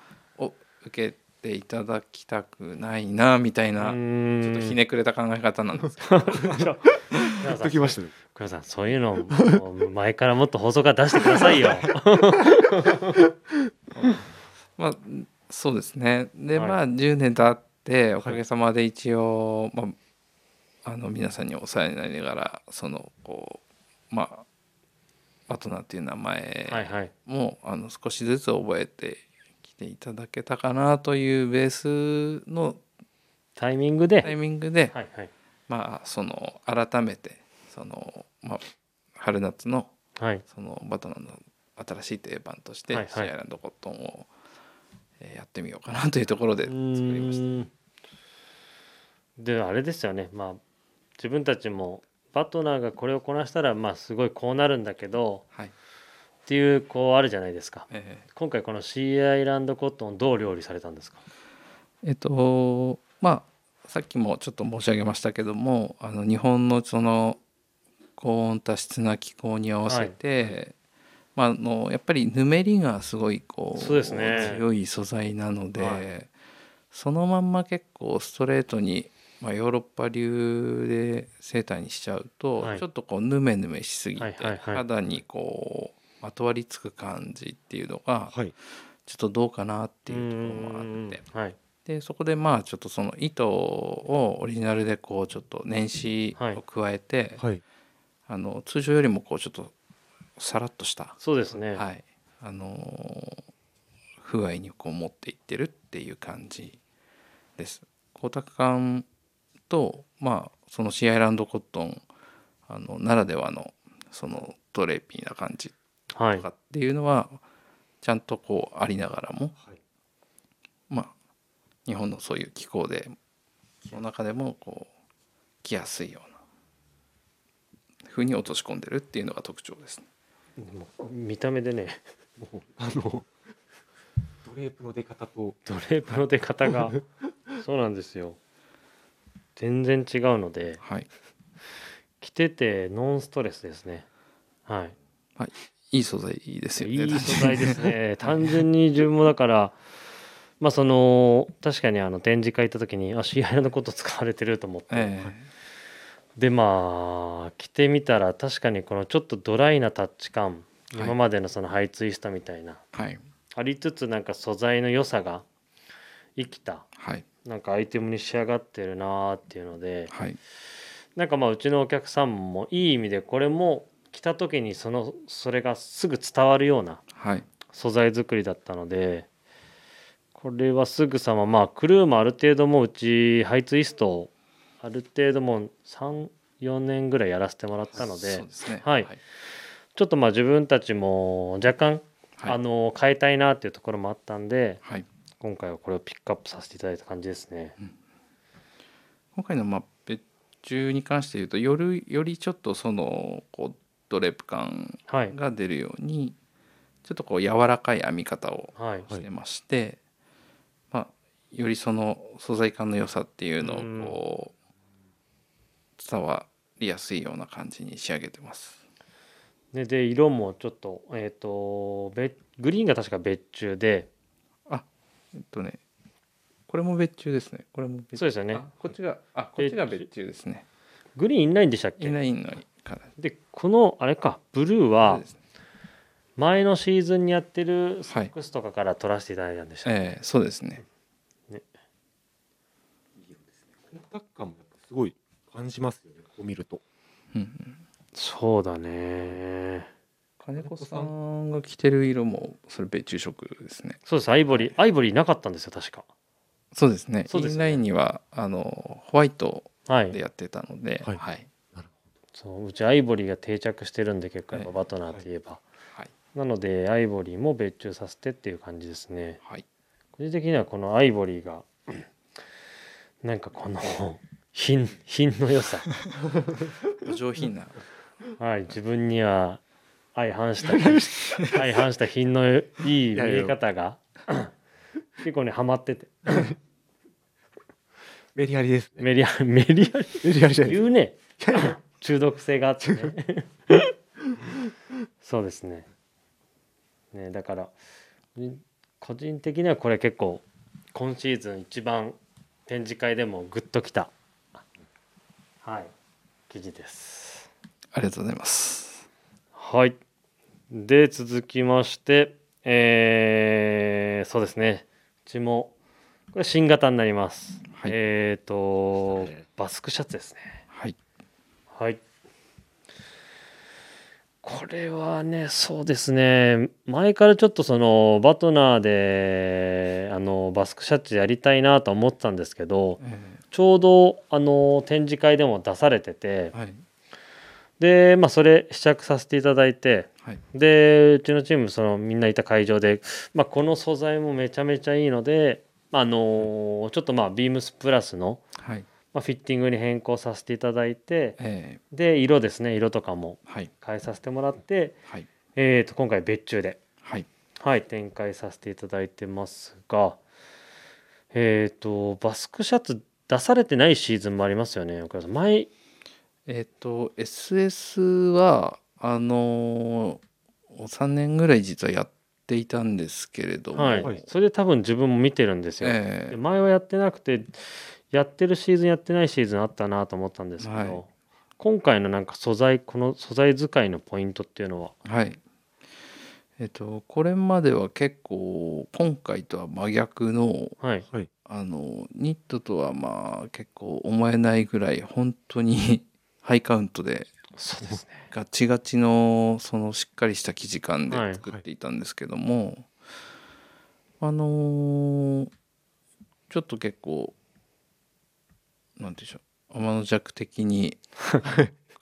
Speaker 3: 受けていただきたくないなみたいうな、
Speaker 1: ーん
Speaker 3: ちょっとひねくれた考え方なんですけ ど
Speaker 1: 岡山さ
Speaker 2: と
Speaker 1: ん
Speaker 2: きましたね。
Speaker 1: 岡山さんそういうのもう前からもっと放送から出してください よ
Speaker 3: まあそうですねで、
Speaker 1: はい
Speaker 3: まあ10年経っておかげさまで一応、まあ、あの皆さんにお世話になりながらそのこうまあパートナーっていう名前
Speaker 1: はいはい
Speaker 3: もあの少しずつ覚えてきていただけたかなというベースの
Speaker 1: タイミングで、は
Speaker 3: タ
Speaker 1: い
Speaker 3: イミングで、
Speaker 1: はい
Speaker 3: まあその改めてその、まあ、春夏の
Speaker 1: はい
Speaker 3: そのバトナーの新しい定番として、
Speaker 1: はいはい
Speaker 3: シーアイランドコットンを、えーやってみようかなというところで
Speaker 1: う
Speaker 3: 作
Speaker 1: ー
Speaker 3: りました。
Speaker 1: んであれですよねまあ自分たちもパートナーがこれをこなしたらまあすごいこうなるんだけど
Speaker 3: はい、
Speaker 1: っていうこうあるじゃないですか
Speaker 3: え
Speaker 1: 今回このシーアイランドコットンどう料理されたんですか
Speaker 3: ーえっとまあさっきもちょっと申し上げましたけどもあの日本のその高温多湿な気候に合わせて、まあ、あのやっぱりぬめりがすごいこう
Speaker 1: そうですね
Speaker 3: 強い素材なので、
Speaker 1: は
Speaker 3: そのまんま結構ストレートに、まあ、ヨーロッパ流でセーターにしちゃうと、
Speaker 1: はい
Speaker 3: ちょっとこうヌメヌメしすぎて、
Speaker 1: はいはいはい
Speaker 3: 肌にこうまとわりつく感じっていうのが
Speaker 2: はい。
Speaker 3: ちょっとどうかなって
Speaker 1: う
Speaker 3: いうところも
Speaker 1: ー
Speaker 3: あっ
Speaker 1: ん
Speaker 3: て
Speaker 1: はい
Speaker 3: でそこでまあちょっとその糸をオリジナルでこうちょっと年始
Speaker 1: はい
Speaker 3: を加えて、
Speaker 2: はい。
Speaker 3: あの通常よりもこうちょっとさらっとした、
Speaker 1: そうですね、
Speaker 3: はいあのー風合いにこう持っていってるっていう感じです。光沢感と、まあ、そのシーアイランドコットンあのならではのそのトレーピーな感じ
Speaker 1: はい
Speaker 3: とかっていうのはちゃんとこうありながらも、
Speaker 2: はい
Speaker 3: まあ、日本のそういう気候でその中でもこう来やすいような風に落とし込んでるっていうのが特徴ですね。
Speaker 1: でも見た目でね
Speaker 2: もうあのドレープの出方と
Speaker 1: ドレープの出方 がそうなんですよ全然違うので
Speaker 3: はい、
Speaker 1: 着ててノンストレスですねはい
Speaker 3: いい素材ですよね。
Speaker 1: いい素材です ね単純に自分もだからまあその確かにあの展示会行った時にあシーアイランドコットン使われてると思って、
Speaker 3: ええ
Speaker 1: でまあ着てみたら確かにこのちょっとドライなタッチ感、
Speaker 3: はい
Speaker 1: 今までのそのハイツイストみたいな
Speaker 3: はい
Speaker 1: ありつつなんか素材の良さが生きた
Speaker 3: はい
Speaker 1: なんかアイテムに仕上がってるなーっていうので
Speaker 3: はい
Speaker 1: なんかまあうちのお客さんもいい意味でこれも着た時にそのそれがすぐ伝わるような
Speaker 3: はい
Speaker 1: 素材作りだったのでこれはすぐさままあクルーもある程度もううちハイツイストをある程度もう34年ぐらいやらせてもらったので
Speaker 3: そうですね
Speaker 1: はい
Speaker 3: はい
Speaker 1: ちょっとまあ自分たちも若干、
Speaker 3: は
Speaker 1: あ
Speaker 3: い
Speaker 1: の変えたいなっていうところもあったんで
Speaker 3: はい
Speaker 1: 今回はこれをピックアップさせていただいた感じですね。
Speaker 3: 今回のまあ別注に関して言うとよりよりちょっとそのこうドレープ感
Speaker 1: はい、
Speaker 3: が出るようにちょっとこう柔らかい編み方を
Speaker 1: はい
Speaker 3: してまして、まあ、よりその素材感の良さっていうのをこう伝わりやすいような感じに仕上げてます。
Speaker 1: ね、で色もちょっと,、えー、とべグリーンが確か別注で
Speaker 3: えっとねこれも別注ですねこれも別
Speaker 1: そうですよね
Speaker 3: あこっちがあこっちが別注ですね
Speaker 1: グリーンインラインでしたっ
Speaker 3: インラ
Speaker 1: け
Speaker 3: インのから
Speaker 1: でこのあれかブルー
Speaker 3: そう
Speaker 1: は
Speaker 3: ですね
Speaker 1: 前のシーズンにやってるサ
Speaker 3: はい
Speaker 1: ックスとかから取らせていただいたんでした、
Speaker 3: ええそうですね
Speaker 2: 光沢感もやっぱすごい感じますよねこう見ると
Speaker 3: うんうん
Speaker 1: そうだね
Speaker 3: 金子さんが着てる色もそれ別注色ですね
Speaker 1: そうですアイボリーアイボリーなかったんですよ確か
Speaker 3: そうですね
Speaker 1: そうですね
Speaker 3: インラインにはあのホワイト
Speaker 1: は
Speaker 3: で
Speaker 1: い
Speaker 3: やってたので
Speaker 2: は
Speaker 3: は
Speaker 2: いい
Speaker 3: はい、
Speaker 1: そううちアイボリーが定着してるんで結構やっぱバトナーといえば、
Speaker 3: はい
Speaker 1: なのでアイボリーも別注させてっていう感じですね個人的にはこのアイボリーが なんかこの 品品の良さ
Speaker 3: お上品な
Speaker 1: はい、自分には相反した相反した品のいい見え方が 結構ねハマってて
Speaker 2: メリハリですね
Speaker 1: メリハ メリハ
Speaker 2: メリハリじゃ
Speaker 1: リ
Speaker 2: ないで
Speaker 1: 言うね中毒性があってねそうですねねだからん個人的にはこれ結構今シーズン一番展示会でもグッときたはい記事です
Speaker 3: ありがとうございます
Speaker 1: はい。で、続きまして、えーそうですね。うちも、これ新型になります。
Speaker 3: はい
Speaker 1: えっ、と、
Speaker 2: ね
Speaker 1: バスクシャツですね。
Speaker 3: はい
Speaker 1: はい。これはね、そうですね。前からちょっとその、バトナーで、あの、バスクシャツやりたいなと思ってたんですけど、
Speaker 3: え
Speaker 1: ちょうど、あの、展示会でも出されてて
Speaker 3: え、はい
Speaker 1: で、まあ、それ試着させていただいて、
Speaker 3: はい
Speaker 1: でうちのチームそのみんないた会場で、まあ、この素材もめちゃめちゃいいので、あのーちょっとまあビームスプラスの、
Speaker 3: はい
Speaker 1: まあ、フィッティングに変更させていただいて
Speaker 3: ええ
Speaker 1: で色ですね色とかも
Speaker 3: はい
Speaker 1: 変えさせてもらって、
Speaker 3: はい
Speaker 1: えー、と今回別注で、
Speaker 3: はい
Speaker 1: はい、展開させていただいてますがえっ、とバスクシャツ出されてないシーズンもありますよね岡田さん前
Speaker 3: えっ、と SS はあのー、3年ぐらい実はやっていたんですけれども、
Speaker 1: はい、
Speaker 2: はい
Speaker 1: それで多分自分も見てるんですよ、
Speaker 3: え
Speaker 1: で
Speaker 3: え
Speaker 1: 前はやってなくてやってるシーズンやってないシーズンあったなと思ったんですけど、
Speaker 3: はい
Speaker 1: 今回のなんか素材この素材使いのポイントっていうのは
Speaker 3: はいえっ、とこれまでは結構今回とは真逆の
Speaker 1: はい
Speaker 2: すかはい
Speaker 3: あのニットとはまあ結構思えないぐらい本当に ハイカウントで
Speaker 1: そうですね。
Speaker 3: ガチガチのそのしっかりした生地感で
Speaker 1: はい
Speaker 3: 作っていたんですけども、あのーちょっと結構なんていうんでしょう天の弱的に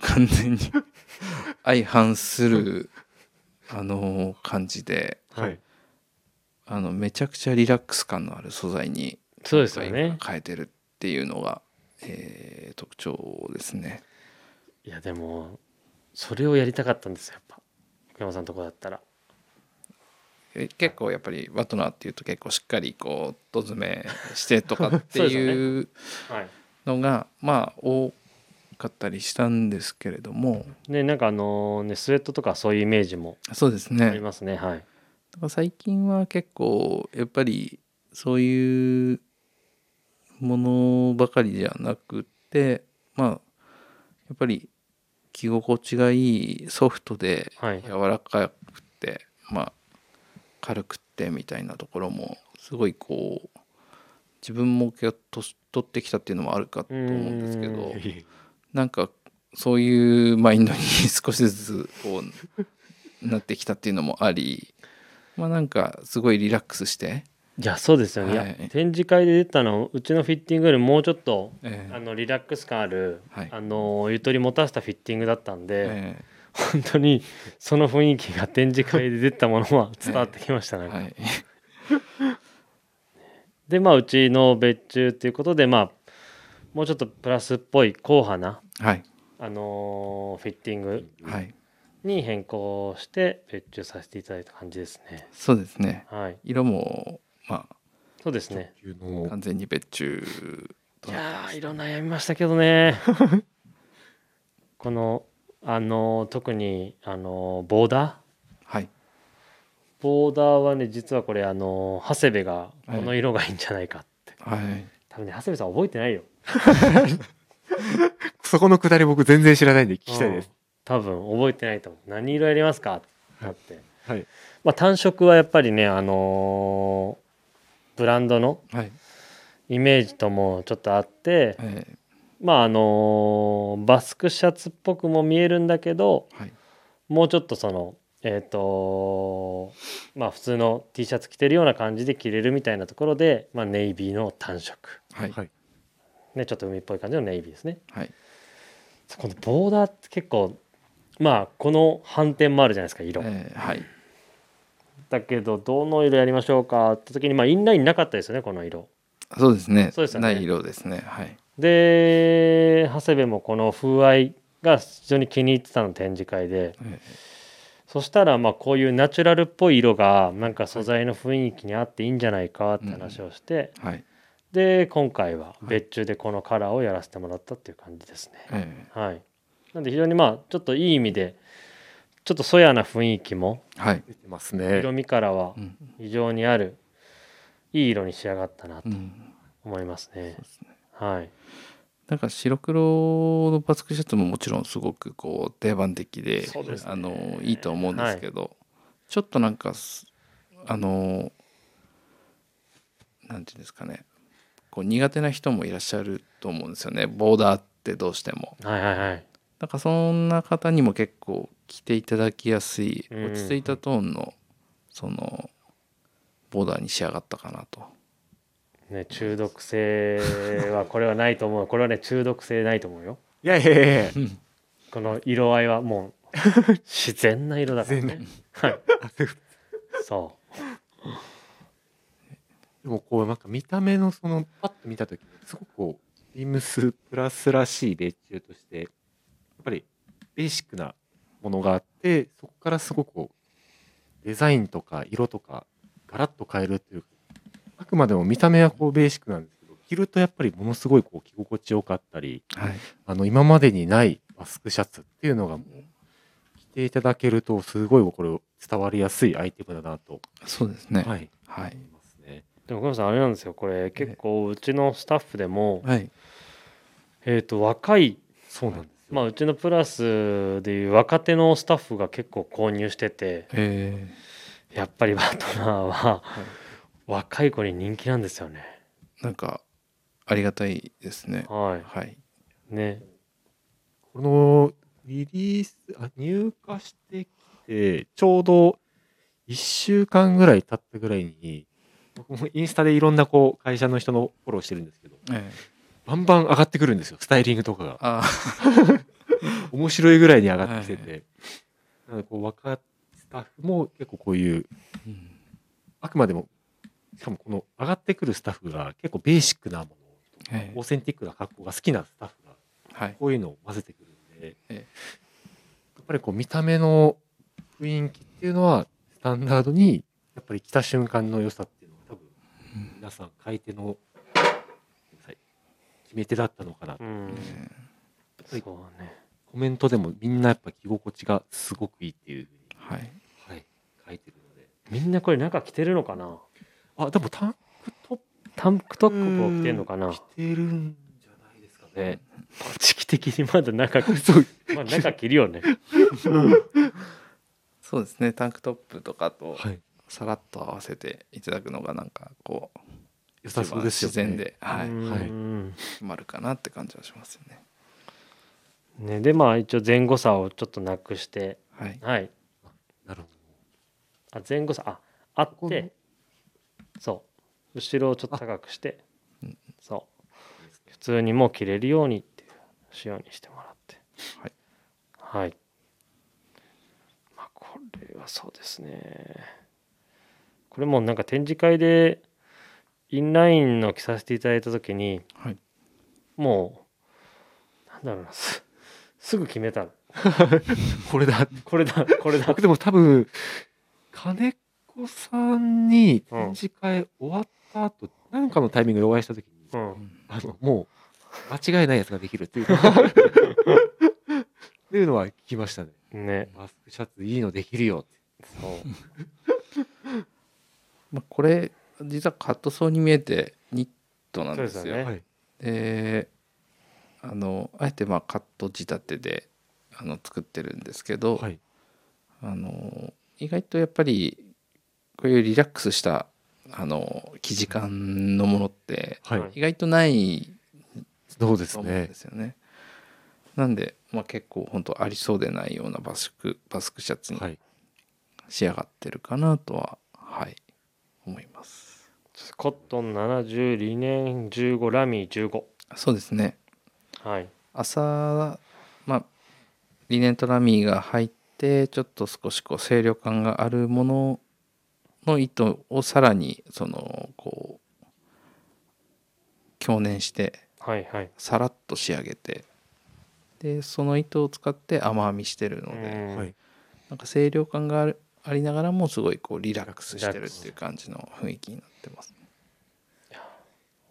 Speaker 3: 完全に相反するあのー感じで
Speaker 2: はい。
Speaker 3: あのめちゃくちゃリラックス感のある素材に
Speaker 1: そうですよね。
Speaker 3: 変えてるっていうのが、えー特徴ですね。
Speaker 1: いやでもそれをやりたかったんですよやっぱ福山さんのとこだったら。
Speaker 3: え結構やっぱりワトナーっていうと結構しっかりこうと詰めしてとかって
Speaker 1: そうです
Speaker 3: いう
Speaker 1: はい。
Speaker 3: のがまあ多かったりしたんですけれども
Speaker 1: ねなんかあのねスウェットとかそういうイメージも
Speaker 3: そうです
Speaker 1: あ
Speaker 3: ね
Speaker 1: りますね。はい。
Speaker 3: だから最近は結構やっぱりそういうものばかりじゃなくてまあやっぱり着心地がいいソフトで
Speaker 1: はい
Speaker 3: 柔らかくて、まあ軽くってみたいなところもすごいこう自分も年取ってきたっていうのもあるかと思うんですけ
Speaker 1: う
Speaker 3: ど
Speaker 1: ん
Speaker 2: いえいえ
Speaker 3: なんかそういうマインドに少しずつこうなってきたっていうのもありまあなんかすごいリラックスして、
Speaker 1: いやそうですよね。いや
Speaker 3: はい
Speaker 1: 展示会で出たのうちのフィッティングよりもうちょっと
Speaker 3: ええ
Speaker 1: あのリラックス感ある、
Speaker 3: はい
Speaker 1: あのゆとり持たせたフィッティングだったんで、
Speaker 3: え
Speaker 1: 本当にその雰囲気が展示会で出たものは伝わってきました
Speaker 3: え
Speaker 1: ね。
Speaker 3: はい、
Speaker 1: でまあうちの別注っていうことでまあもうちょっとプラスっぽい硬派な
Speaker 3: はい
Speaker 1: あのーフィッティング
Speaker 3: はい、
Speaker 1: に変更して別注させていただいた感じですね。
Speaker 3: そうですね
Speaker 1: はい、
Speaker 3: 色もま
Speaker 1: そうですね。
Speaker 2: 急
Speaker 3: あ
Speaker 2: の
Speaker 3: 完全に別注
Speaker 1: いやー、いろんな悩みましたけどね。 このあのー特にあのーボーダー。
Speaker 3: はい
Speaker 1: ボーダーはね実はこれあのー長谷部がこの色がいいんじゃないかって、
Speaker 3: はい
Speaker 1: 多分ね長谷部さん覚えてないよ
Speaker 2: そこのくだり僕全然知らないんで聞きたいです
Speaker 1: うん。多分覚えてないと思う何色やりますかってなって、
Speaker 2: はい。
Speaker 1: まあ、単色はやっぱりねあのーブランドの
Speaker 3: はい
Speaker 1: イメージともちょっとあって、
Speaker 3: ええ
Speaker 1: まああのーバスクシャツっぽくも見えるんだけど
Speaker 3: はい
Speaker 1: もうちょっとそのえっ、とまあ普通の T シャツ着てるような感じで着れるみたいなところで、まあ、ネイビーの単色、
Speaker 3: はい
Speaker 2: はい。
Speaker 1: ね、ちょっと海っぽい感じのネイビーですね
Speaker 3: はい
Speaker 1: このボーダーって結構まあこの反転もあるじゃないですか色、
Speaker 3: ええはい
Speaker 1: だけどどの色やりましょうかって時にまあインラインなかったですよねこの色
Speaker 3: そうですね
Speaker 1: そうですよね
Speaker 3: ない色ですねはい
Speaker 1: で長谷部もこの風合いが非常に気に入ってたの展示会で
Speaker 3: え
Speaker 1: そしたらまあこういうナチュラルっぽい色がなんか素材の雰囲気に合っていいんじゃないかって話をして、
Speaker 3: えはい
Speaker 1: で今回は別注でこのカラーをやらせてもらったっていう感じですね
Speaker 3: え
Speaker 1: はいなんで非常にまあちょっといい意味でちょっとそやな雰囲気も
Speaker 3: えはい
Speaker 2: 出てますね
Speaker 1: 色。味からは
Speaker 3: うん
Speaker 1: 非常にあるいい色に仕上がったなと
Speaker 3: うん
Speaker 1: 思いますね
Speaker 3: そうですね
Speaker 1: はい
Speaker 3: なんか白黒のバスクシャツももちろんすごくこう定番的で
Speaker 1: そうですね
Speaker 3: あのいいと思うんですけど、ちょっとなんかすあのなんていうんですかねこう苦手な人もいらっしゃると思うんですよねボーダーってどうしても。
Speaker 1: はいはいはい
Speaker 3: なんかそんな方にも結構着ていただきやすい
Speaker 1: うん
Speaker 3: 落ち着いたトーンのそのボーダーに仕上がったかなと。
Speaker 1: ね中毒性はこれはないと思うこれはね中毒性ないと思うよ
Speaker 2: いやいやいや いや。
Speaker 1: この色合いはもう自然な色だから ねはいそ
Speaker 2: でもこうなんか見た目のそのパッと見た時にすごくこうビームスプラスらしい米中としてやっぱりベーシックなものがあってそこからすごくこうデザインとか色とかガラッと変えるっていうあくまでも見た目はこうベーシックなんですけど着るとやっぱりものすごいこう着心地よかったり
Speaker 3: はい
Speaker 2: あの今までにないバスクシャツっていうのがもう着ていただけるとすごいこれ伝わりやすいアイテムだなと、
Speaker 3: そうですね。
Speaker 2: はい、
Speaker 3: はい
Speaker 2: 思いますね。
Speaker 1: うでも小山さんあれなんですよこれ結構うちのスタッフでも
Speaker 3: はい
Speaker 1: えっと若い
Speaker 2: そうなんですよ。
Speaker 1: まあうちのプラスでいう若手のスタッフが結構購入してて
Speaker 3: え
Speaker 1: やっぱりバトナーは若い子に人気なんですよね
Speaker 3: ーなんかありがたいですね。
Speaker 1: は
Speaker 3: はい。
Speaker 1: いね
Speaker 2: このリリースあ入荷してきてちょうど1週間ぐらい経ったぐらいに僕もインスタでいろんなこう会社の人のフォローしてるんですけど
Speaker 3: ええ、
Speaker 2: バンバン上がってくるんですよスタイリングとかが
Speaker 3: ああ
Speaker 2: 面白いぐらいに上がってきて
Speaker 3: は
Speaker 2: て、なのでこう若いスタッフも結構こういう
Speaker 3: うん
Speaker 2: あくまでもしかもこの上がってくるスタッフが結構ベーシックなもの
Speaker 3: ええ
Speaker 2: オーセンティックな格好が好きなスタッフが
Speaker 3: はい
Speaker 2: こういうのを混ぜてくるんで、
Speaker 3: ええ
Speaker 2: やっぱりこう見た目の雰囲気っていうのはスタンダードにやっぱり来た瞬間の良さっていうのが多分皆さん買い手のごめんなさい決め手だったのかな、
Speaker 1: うん
Speaker 3: ええ
Speaker 1: そうね
Speaker 2: コメントでもみんなやっぱ着心地がすごくいいっていうふうに、
Speaker 3: はい
Speaker 2: はい、書いてるので
Speaker 1: みんなこれ中着てるのかな
Speaker 2: あでもタンクトッ
Speaker 1: タンクトップを
Speaker 2: プ
Speaker 1: 着てるのかな
Speaker 2: 着てるんじゃないですかね
Speaker 1: ね時期的にまだ中着
Speaker 2: そう
Speaker 1: まあ中着るよね
Speaker 3: そうですねタンクトップとかと
Speaker 2: はい
Speaker 3: さらっと合わせていただくのがなんかこう
Speaker 2: 良
Speaker 3: 一
Speaker 2: さ
Speaker 3: 番
Speaker 2: そうです
Speaker 3: 自
Speaker 2: よね
Speaker 3: 然で、はい、
Speaker 2: はい
Speaker 1: うん
Speaker 3: 決まるかなって感じはしますよね。
Speaker 1: ねでまあ一応前後差をちょっとなくして
Speaker 3: はい、
Speaker 1: はい
Speaker 2: なるほ
Speaker 1: あ前後差ああ
Speaker 2: こ
Speaker 1: っ
Speaker 2: の
Speaker 1: てそう後ろをちょっと高くして
Speaker 3: うん
Speaker 1: そう普通にもう着れるようにっていう仕様にしてもらって
Speaker 3: はい
Speaker 1: はい、まあこれはそうですねこれもなんか展示会でインラインの着させていただいた時に
Speaker 3: はい、
Speaker 1: もうなんだろうなすすぐ決めたの
Speaker 2: どこれだ
Speaker 1: これだこれだ
Speaker 2: 僕でも多分金子さんに展示会終わった後、なんかのタイミングでお会いした時に、
Speaker 1: うん
Speaker 2: あのもう間違いないやつができるっていうのは っていうのは聞きましたね
Speaker 1: ね
Speaker 2: マスクシャツいいのできるよって
Speaker 1: そう
Speaker 3: まあ、これ実はカットソーに見えてニットなんです
Speaker 1: そ
Speaker 3: よ。
Speaker 1: うですよね
Speaker 2: はい
Speaker 3: であのあえてまあカット仕立てであの作ってるんですけど、
Speaker 2: はい
Speaker 3: あの意外とやっぱりこういうリラックスしたあの生地感のものって
Speaker 2: はい、
Speaker 1: はい
Speaker 3: 意外とない
Speaker 2: そうです
Speaker 3: と思うん
Speaker 2: ね
Speaker 3: ですよね。なんで、まあ、結構本当ありそうでないようなバスクバスクシャツに
Speaker 2: はい
Speaker 3: 仕上がってるかなとははい思います
Speaker 1: コットン70リネン15ラミー15
Speaker 3: そうですね
Speaker 1: はい
Speaker 3: 朝まあリネントラミーが入ってちょっと少しこう清涼感があるものの糸をさらにそのこう強捻して
Speaker 1: はいはい
Speaker 3: さらっと仕上げてでその糸を使って甘編みしてるので、
Speaker 1: うん
Speaker 2: はい
Speaker 3: なんか清涼感があるありながらもすごいこうリラックスしてるっていう感じの雰囲気になってます、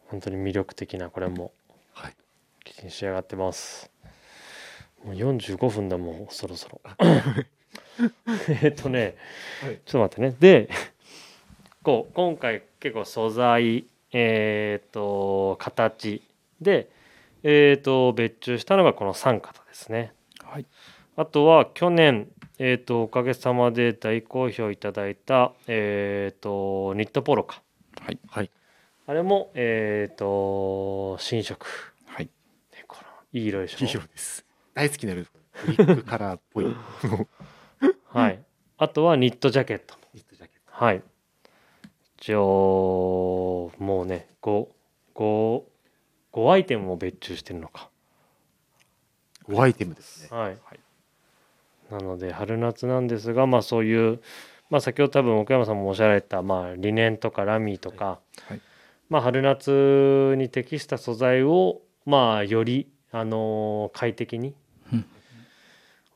Speaker 1: 本当に魅力的なこれも
Speaker 2: はい
Speaker 1: 気に仕上がってますもう45分だもうそろそろ えっとね、
Speaker 2: はい
Speaker 1: ちょっと待ってねでこう今回結構素材えっ、と形でえっ、と別注したのがこの3型ですね
Speaker 3: はい
Speaker 1: あとは去年、えー、とおかげさまで大好評いただいた、えー、とニットポロか
Speaker 3: はい
Speaker 2: はい
Speaker 1: あれも、えー、と新色、
Speaker 3: はい
Speaker 1: ねこのいい色でしょ
Speaker 2: いいようです大好きな色ブリックカラーっぽいニ
Speaker 1: はい、あとはニットジャケット
Speaker 2: ットジャケット
Speaker 1: はい一応もうね 5, 5, 5アイテムも別注してるのか
Speaker 2: 5アイテムですね
Speaker 1: はい、なので春夏なんですがまあそういう、まあ、先ほど多分奥山さんもおっしゃられた、まあ、リネンとかラミーとか、
Speaker 3: はい
Speaker 1: まあ、春夏に適した素材を、まあ、より、あのー快適に
Speaker 3: うん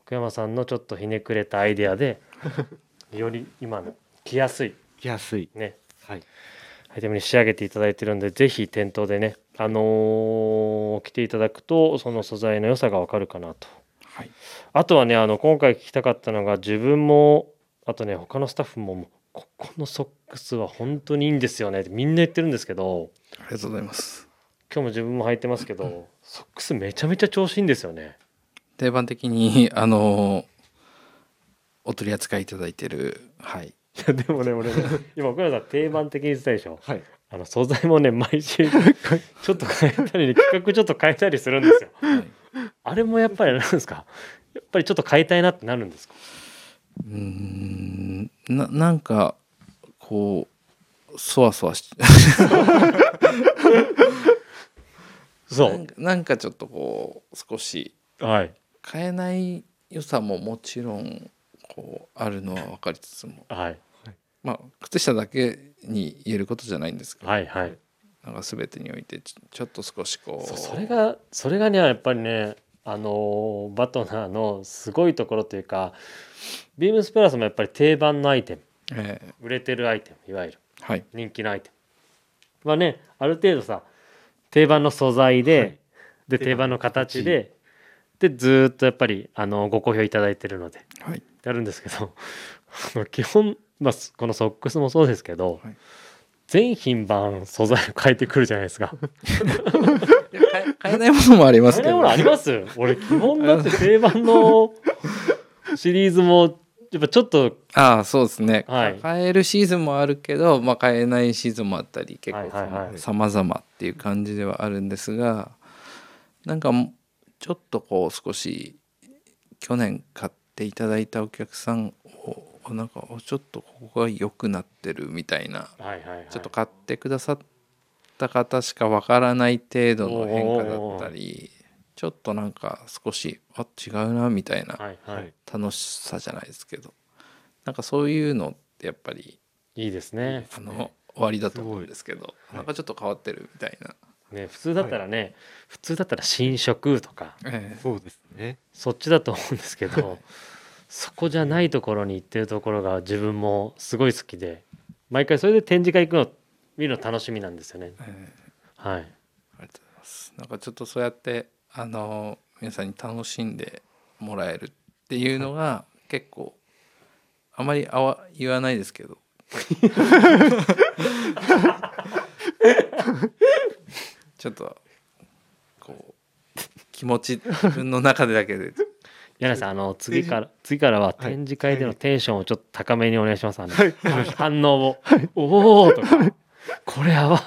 Speaker 1: 奥山さんのちょっとひねくれたアイデア でより今の着やすい
Speaker 2: 着やすい
Speaker 1: ね
Speaker 2: はい
Speaker 1: アイテムに仕上げていただいてるんでぜひ店頭でね、あのー着ていただくとその素材の良さがわかるかなと。
Speaker 3: はい
Speaker 1: あとはねあの今回聞きたかったのが自分もあとね他のスタッフももうここのソックスは本当にいいんですよねってみんな言ってるんですけど
Speaker 3: ありがとうございます
Speaker 1: 今日も自分も履いてますけどソックスめちゃめちゃ調子いいんですよね
Speaker 3: 定番的に あのお取り扱いいただいてるはい
Speaker 1: いやでもね俺ね 今奥山さん定番的に言ってたでしょ
Speaker 2: はい
Speaker 1: あの素材もね毎 週ちょっと変えたりね企画ちょっと変えたりするんですよ
Speaker 3: はい
Speaker 1: あれもやっぱりなんですかやっぱりちょっと変えたいなってなるんですか
Speaker 3: うーんななんかこうそわそわし
Speaker 1: そ
Speaker 3: なんかなんかちょっとこう少し
Speaker 1: うはい
Speaker 3: 変えない良さももちろんこうあるのは分かりつつも
Speaker 1: はい
Speaker 3: まあ靴下だけに言えることじゃないんですけど、
Speaker 1: はいはい
Speaker 3: なんか全てにおいてちちょっと少しこう
Speaker 1: そうそれがそれがねやっぱりねあのーバトナーのすごいところというかビームスプラスもやっぱり定番のアイテム
Speaker 3: ええ
Speaker 1: 売れてるアイテムいわゆる
Speaker 3: はい
Speaker 1: 人気のアイテムはねある程度さ定番の素材で、
Speaker 2: はい
Speaker 1: で定
Speaker 2: 定
Speaker 1: 番
Speaker 2: 番
Speaker 1: の
Speaker 2: の
Speaker 1: 形
Speaker 2: 形
Speaker 1: ででずーっとやっぱりあのご好評いただいてるので
Speaker 3: はい
Speaker 1: やるんですけど あの基本、まあ、すこのソックスもそうですけど、
Speaker 3: はい
Speaker 1: 全品番素材を変えてくるじゃないですか。
Speaker 3: いや変え変えないものもあります
Speaker 1: そ
Speaker 3: け
Speaker 1: れ
Speaker 3: ど
Speaker 1: ほらあります 俺基本だって定番 のシリーズもやっぱちょっと
Speaker 3: ああそうですね、
Speaker 1: はい
Speaker 3: 変えるシーズンもあるけど、まあ、変えないシーズンもあったり結
Speaker 1: はいはいはい
Speaker 3: 構さまざまっていう感じではあるんですがなんかもちょっとこう少し去年買っていただいたお客さんをなんかおちょっとここが良くなってるみたいな
Speaker 1: はいはい、はい、
Speaker 3: ちょっと買ってくださった方しかわからない程度の変化だったりちょっとなんか少しあ違うなみたいな
Speaker 1: はいはい、
Speaker 2: はいい、
Speaker 3: 楽しさじゃないですけどなんかそういうのってやっぱり
Speaker 1: いですね
Speaker 3: あの終わりだと思
Speaker 2: す
Speaker 3: う
Speaker 2: ご
Speaker 3: ん
Speaker 2: い
Speaker 3: ですけど
Speaker 2: い
Speaker 3: なんかちょっと変わってるみたいな、
Speaker 1: ね普通だったらね、普通だったら新色とか
Speaker 3: え
Speaker 2: そうですね。
Speaker 1: そっちだと思うんですけどそこじゃないところに行ってるところが自分もすごい好きで毎回それで展示会行くの見るの楽しみなんですよね
Speaker 3: ええ
Speaker 1: はい
Speaker 3: えありがとうございますなんかちょっとそうやってあの皆さんに楽しんでもらえるっていうのが結構あまりあわ言わないですけ どちょっとこう気持ち自分の中でだけで
Speaker 1: 柳井さんあの次から次からは展示会でのテンションをちょっと高めにお願いします、あの反応を「おお!」とか「これやばい」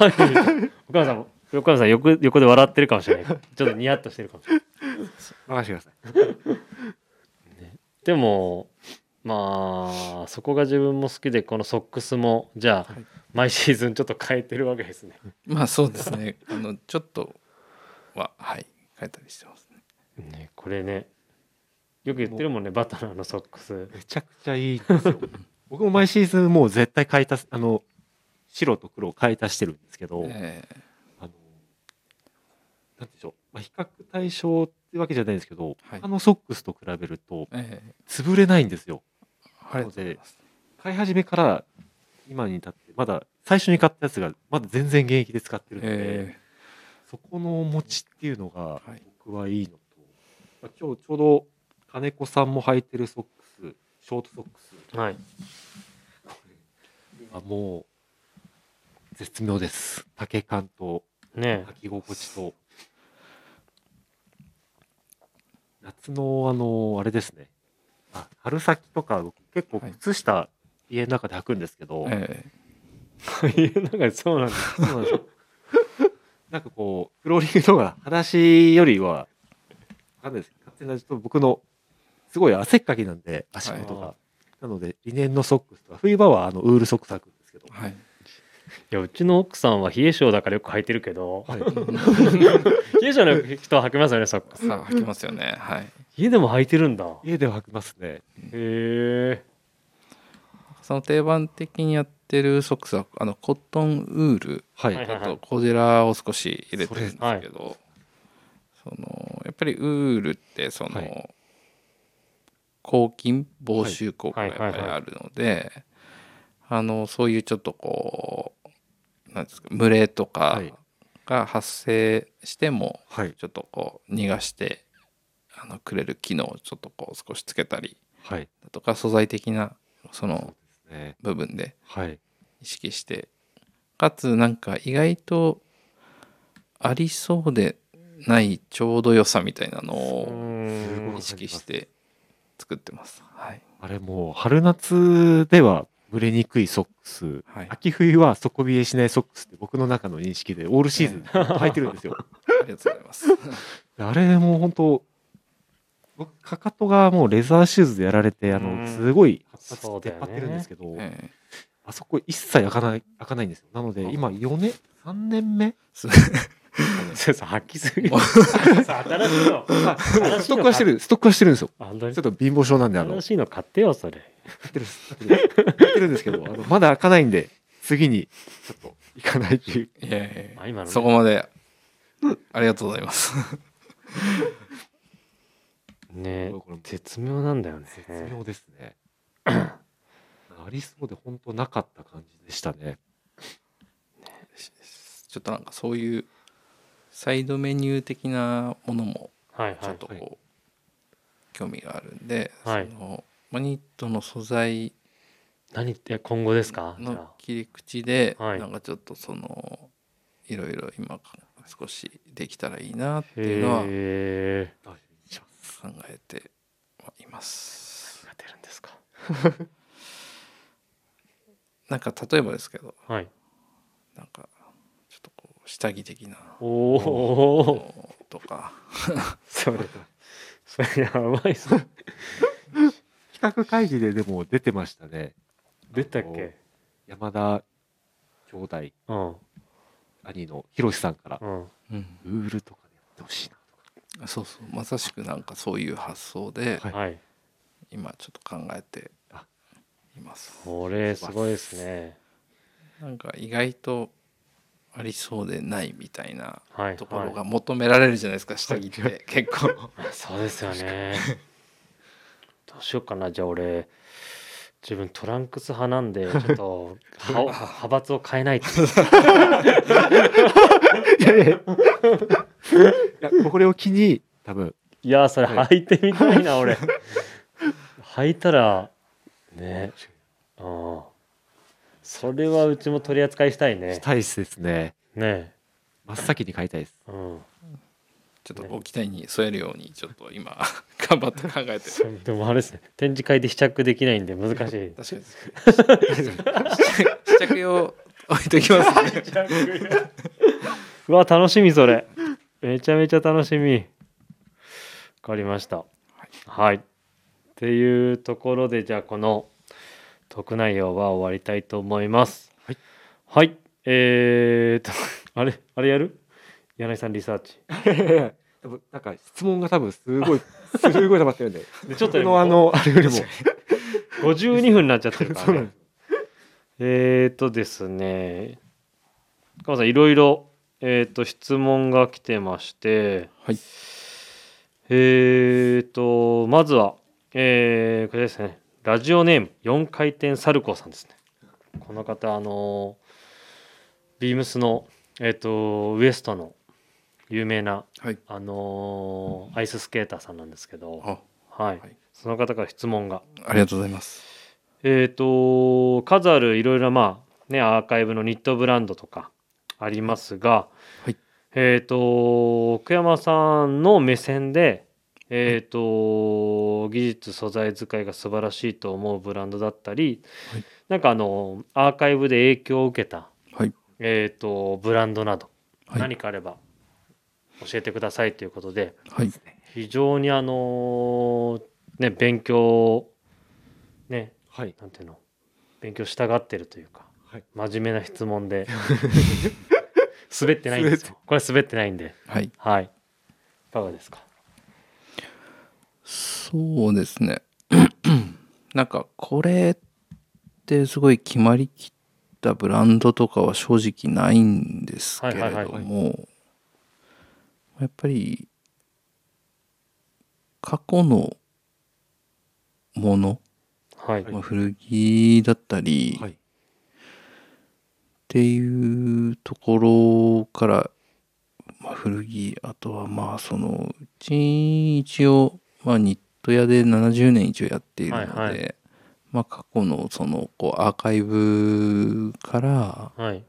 Speaker 1: 岡野さんも岡野さん横横で笑ってるかもしれないちょっとニヤッとしてるかもしれない
Speaker 2: 任せてください。
Speaker 1: でもまあそこが自分も好きでこのソックスもじゃあ、
Speaker 3: はい
Speaker 1: 毎シーズンちょっと変えてるわけですね
Speaker 3: まあそうですね。あのちょっとははい変えたりしてますね。
Speaker 1: ねこれねよく言ってるもんねバターのソックス
Speaker 2: めちゃくちゃいいんですよ。 僕も毎シーズンもう絶対買い足す、あの、白と黒を買い足してるんですけど、
Speaker 3: ええ
Speaker 2: あの、なんていうんでしょう、まあ、比較対象ってわけじゃないんですけど、
Speaker 3: はい
Speaker 2: 他のソックスと比べると、
Speaker 3: ええ
Speaker 2: 潰れないんですよ。
Speaker 3: ありがとうございます。
Speaker 2: 買い始めから今に至って、まだ最初に買ったやつが、まだ全然現役で使ってるので、
Speaker 3: え
Speaker 2: そこの持ちっていうのが
Speaker 3: はい
Speaker 2: 僕はいいのと、まあ今日ちょうど金子さんも履いてるソックス、ショートソックス、
Speaker 1: はい
Speaker 2: あもう絶妙です竹感と
Speaker 1: ね
Speaker 2: 履き心地と夏のあのあれですねあ春先とか僕結構
Speaker 3: はい
Speaker 2: 靴下家の中で履くんですけど、
Speaker 3: え
Speaker 1: 家の中でそうなんです
Speaker 2: そうなんですよ なんかこうフローリングとか裸足よりはわかんないです勝手なちょっと僕のすごい汗っかきなんで足元が、
Speaker 1: はい
Speaker 2: なのでリネンのソックスとか冬場はあのウールソックス履くんですけど
Speaker 3: え、はい。
Speaker 1: いやうちの奥さんは冷え性だからよく履いてるけど
Speaker 2: はい
Speaker 1: 冷え性の人は履きますよねソックス
Speaker 3: さあ履きますよね。はい。
Speaker 1: 家でも履いてるんだへ
Speaker 2: 家では履きますね
Speaker 1: え
Speaker 3: その定番的にやってるソックスはあのコットンウール
Speaker 2: はい、
Speaker 1: はい
Speaker 3: あとコデラを少し入れてるんですけど、
Speaker 1: はい
Speaker 3: そのやっぱりウールってその、
Speaker 2: は
Speaker 3: 抗菌防臭効果
Speaker 1: は
Speaker 3: がや
Speaker 1: い
Speaker 3: っ
Speaker 1: はいはい
Speaker 3: ぱりあるので、あのそういうちょっとこうなんですか蒸れとか
Speaker 2: はい
Speaker 3: が発生しても
Speaker 2: はい。
Speaker 3: ちょっとこう逃がしてあのくれる機能をちょっとこう少しつけたり
Speaker 2: はい。
Speaker 3: だとか素材的なその
Speaker 2: ね、
Speaker 3: 部分で
Speaker 2: はい。
Speaker 3: 意識してかつなんか意外とありそうでないちょうど良さみたいなの
Speaker 1: うー
Speaker 3: を
Speaker 1: ん
Speaker 3: 意識して作ってます。はい、
Speaker 2: あれもう、春夏では蒸れにくいソックス、
Speaker 3: はい
Speaker 2: 秋冬は底冷えしないソックスって僕の中の認識で、オールシーズン履いてるんですよ。
Speaker 3: ありがとうございます。
Speaker 2: あれも本当、僕かかとがもうレザーシューズでやられてあ
Speaker 1: うん
Speaker 2: のすごい発達
Speaker 1: そうだ
Speaker 2: 出
Speaker 1: よね
Speaker 2: っ張ってるんですけど、
Speaker 3: ええ
Speaker 2: あそこ一切開かない開かないんですよなので
Speaker 1: あ
Speaker 2: 今4年3年目
Speaker 3: す
Speaker 1: そう そう、吐きすぎ。
Speaker 3: もう
Speaker 1: 新しいの。
Speaker 2: ス トックはしてるストックはしてるんですよ
Speaker 1: あ。本当に
Speaker 2: ちょっと貧乏症なんであの
Speaker 1: 新しいの買ってよ、それ。
Speaker 2: 買ってる買ってる買ってるんです けどあのまだ開かないんで次にちょっと行かないっていう
Speaker 3: いやいやいや
Speaker 1: まあ今のね
Speaker 3: そこまでありがとうございます。
Speaker 1: ね
Speaker 2: これも
Speaker 1: 絶妙なんだよね。
Speaker 2: 絶妙ですねありそうで本当なかった感じでしたね
Speaker 3: ちょっとなんかそういうサイドメニュー的なものも
Speaker 1: はい
Speaker 3: ちょ
Speaker 1: は
Speaker 3: っ
Speaker 1: い。
Speaker 3: とこう、
Speaker 2: はいは
Speaker 3: 興味があるんで、
Speaker 1: はい
Speaker 3: そのマニットの素材
Speaker 1: 何って今後ですかじゃ
Speaker 3: の切り口で、
Speaker 1: はい
Speaker 3: なんかちょっとそのいろいろ今少しできたらいいなっ
Speaker 1: あ
Speaker 3: ていうのは考
Speaker 1: へえ。
Speaker 2: 大事にします
Speaker 3: えてはいます。
Speaker 1: が出るんですか。
Speaker 3: なんか例えばですけど
Speaker 1: はい。
Speaker 3: なんかちょっとこう下着的な
Speaker 1: おお。
Speaker 3: のとか
Speaker 1: それ。それやばいぞ。
Speaker 2: 企画会議ででも出てましたね
Speaker 1: 出たっけ。
Speaker 2: 山田兄弟
Speaker 1: うん。
Speaker 2: 兄のひろしさんから
Speaker 1: うん。
Speaker 3: うん
Speaker 2: ルールとかでやってほしいなとか
Speaker 3: そうそうまさしくなんかそういう発想で
Speaker 2: はい
Speaker 1: はい。
Speaker 3: 今ちょっと考えて
Speaker 2: あ
Speaker 3: います、
Speaker 1: これすごいですね。
Speaker 3: なんか意外とありそうでないみたいな
Speaker 1: はい。
Speaker 3: ところが
Speaker 1: は
Speaker 3: 求められるじゃないですか、下着って結構
Speaker 1: い。そうですよね。どうしようかな。じゃあ俺。自分トランクス派なんで、ちょっ と派を派閥を変えないと。
Speaker 2: いやこれを機に多分
Speaker 1: いやーそれ
Speaker 2: はい
Speaker 1: 履いてみたいな、俺履いたらねうんそれはうちも取り扱いしたい
Speaker 2: し
Speaker 1: ね
Speaker 2: たいですね
Speaker 1: ね
Speaker 2: 真っ先に買いたいです
Speaker 1: うん
Speaker 3: ちょっとご期待に添えるようにちょっと今 頑張って考 えて
Speaker 1: それでもあれですね展示会で試着できないんで難しい
Speaker 3: 確かに 試着用置いときますね
Speaker 1: うわ楽しみそれめちゃめちゃ楽しみわかりましたはいっていうところでじゃあこのトーク内容は終わりたいと思います
Speaker 2: はい、
Speaker 1: はい、えー、と あれあれやる柳井さんリサーチ
Speaker 2: 多分なんか質問が多分すごいすごい溜まってるんで
Speaker 1: でちょっと
Speaker 2: 僕
Speaker 1: ね
Speaker 2: のあのあれよりも
Speaker 1: 52分になっちゃってるか
Speaker 2: そう
Speaker 1: ら
Speaker 2: なん
Speaker 1: ね
Speaker 2: で
Speaker 1: えーとですねカモさんいろいろえーと質問が来てまして
Speaker 3: はい
Speaker 1: えーと、まずは、えーこれですね、ラジオネーム、4回転サルコーさんですね。この方、あのービームスの、えーと、ウエストの有名な、
Speaker 3: はい
Speaker 1: あのーアイススケーターさんなんですけど、
Speaker 3: あ
Speaker 1: はい、
Speaker 3: はい
Speaker 1: その方から質問が。
Speaker 3: ありがとうございます
Speaker 1: えーと、数あるいろいろな、まあ、ね、アーカイブのニットブランドとかありますが、
Speaker 3: はい
Speaker 1: えーと、奥山さんの目線で、えーと、技術、素材使いが素晴らしいと思うブランドだったり、
Speaker 3: はい
Speaker 1: なんかあの、アーカイブで影響を受けた、
Speaker 3: はい
Speaker 1: えーと、ブランドなど、
Speaker 3: はい
Speaker 1: 何かあれば教えてくださいということで、
Speaker 3: はい
Speaker 1: 非常にあの、ね、勉強、ね、
Speaker 2: はい
Speaker 1: なんていうの勉強したがってるというか、
Speaker 2: はい
Speaker 1: 真面目な質問で滑ってないんですよこれ滑ってないんで
Speaker 3: はい
Speaker 1: はいいかがですか
Speaker 3: そうですね なんかこれってすごい決まりきったブランドとかは正直ないんですけれども、
Speaker 1: はいはいはい
Speaker 3: やっぱり過去のもの、
Speaker 1: はい、
Speaker 2: は
Speaker 3: まあ、古着だったり
Speaker 2: は
Speaker 3: っ
Speaker 2: い
Speaker 3: ていうところから、まあ、古着あとはまあそのうち一応、まあ、ニット屋で70年一応やっているので、
Speaker 1: はいは
Speaker 3: まあ、過去のそのこうアーカイブから
Speaker 1: はい、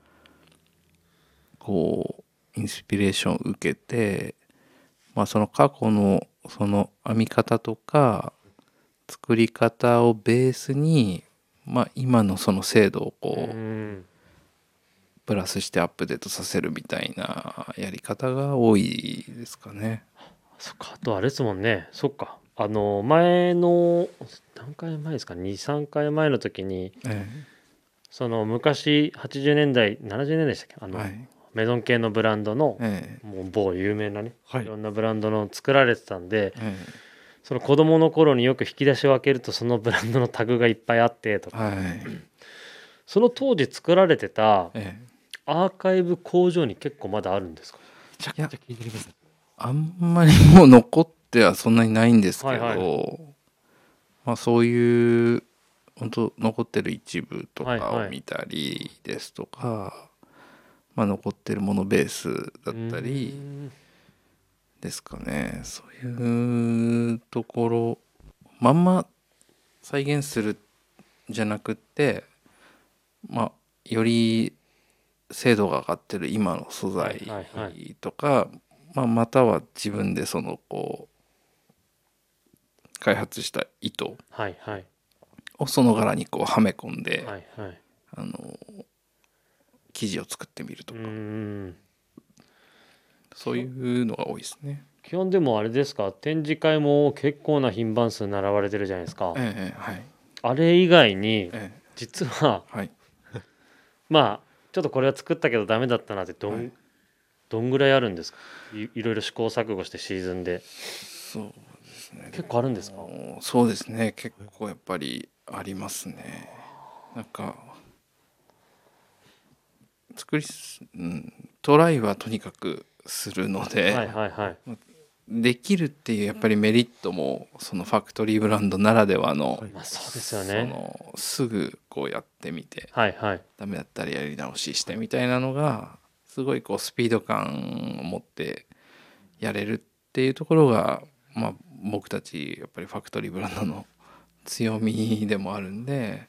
Speaker 3: こうインスピレーションを受けて、まあ、その過去のその編み方とか作り方をベースに、まあ、今のその精度をこ
Speaker 1: う
Speaker 3: う
Speaker 1: ん
Speaker 3: プラスしてアップデートさせるみたいなやり方が多いですかね。
Speaker 1: そっかあとあれですもんねそっかあの前の何回前ですか23回前の時に
Speaker 3: え
Speaker 1: その昔80年代70年代でしたっけあ
Speaker 3: え
Speaker 1: の、
Speaker 3: はい
Speaker 1: メゾン系のブランドの
Speaker 3: ええ
Speaker 1: もう某有名なね、
Speaker 2: はい
Speaker 1: いろんなブランドの作られてたんで
Speaker 3: え
Speaker 1: その子供の頃によく引き出しを開けるとそのブランドのタグがいっぱいあってと
Speaker 3: え
Speaker 1: か
Speaker 3: はい
Speaker 1: その当時作られてた
Speaker 3: ええ
Speaker 1: アーカイブ工場に結構まだあるんですか
Speaker 2: ちゃく
Speaker 3: い
Speaker 2: ちゃ
Speaker 3: や
Speaker 2: 気になりますね。
Speaker 3: あんまりもう残ってはそんなにないんですけど、
Speaker 1: はい
Speaker 3: まあそういう本当残ってる一部と
Speaker 1: はい
Speaker 3: か
Speaker 1: は
Speaker 3: を
Speaker 1: い
Speaker 3: 見たりですとか、まあ残ってるものベースだったり
Speaker 1: うん
Speaker 3: ですかねそういうところまんま再現するじゃなくってまあより精度が上がってる今の素材
Speaker 1: はいはいは
Speaker 3: とか、まあ、または自分でそのこう開発した糸
Speaker 1: はいはい
Speaker 3: をその柄にこうはめ込んで、
Speaker 1: はいはい
Speaker 3: あの生地を作ってみると
Speaker 1: う
Speaker 3: か、
Speaker 1: ん
Speaker 3: そういうのが多いですね。
Speaker 1: 基本でもあれですか展示会も結構な品番数並ばれてるじゃないですか
Speaker 3: ええはい、
Speaker 1: あれ以外に
Speaker 3: え
Speaker 1: 実は
Speaker 3: えはい、
Speaker 1: まあちょっとこれは作ったけどダメだったなってどん,、
Speaker 3: はい
Speaker 1: どんぐらいあるんですかいいろいろ試行錯誤してシーズンで
Speaker 3: そうですね。
Speaker 1: 結構あるんですか
Speaker 3: あのそうですね結構やっぱりありますねなんか作りす、うん、トライはとにかくするので、
Speaker 1: はいはいはい
Speaker 3: できるっていうやっぱりメリットもそのファクトリーブランドならではの、
Speaker 2: はい
Speaker 1: まあそうですよ
Speaker 3: そ
Speaker 1: ね
Speaker 3: のすぐこうやってみて
Speaker 1: はいはい
Speaker 3: ダメだったらやり直ししてみたいなのがすごいこうスピード感を持ってやれるっていうところが、まあ、僕たちやっぱりファクトリーブランドの強みでもあるんで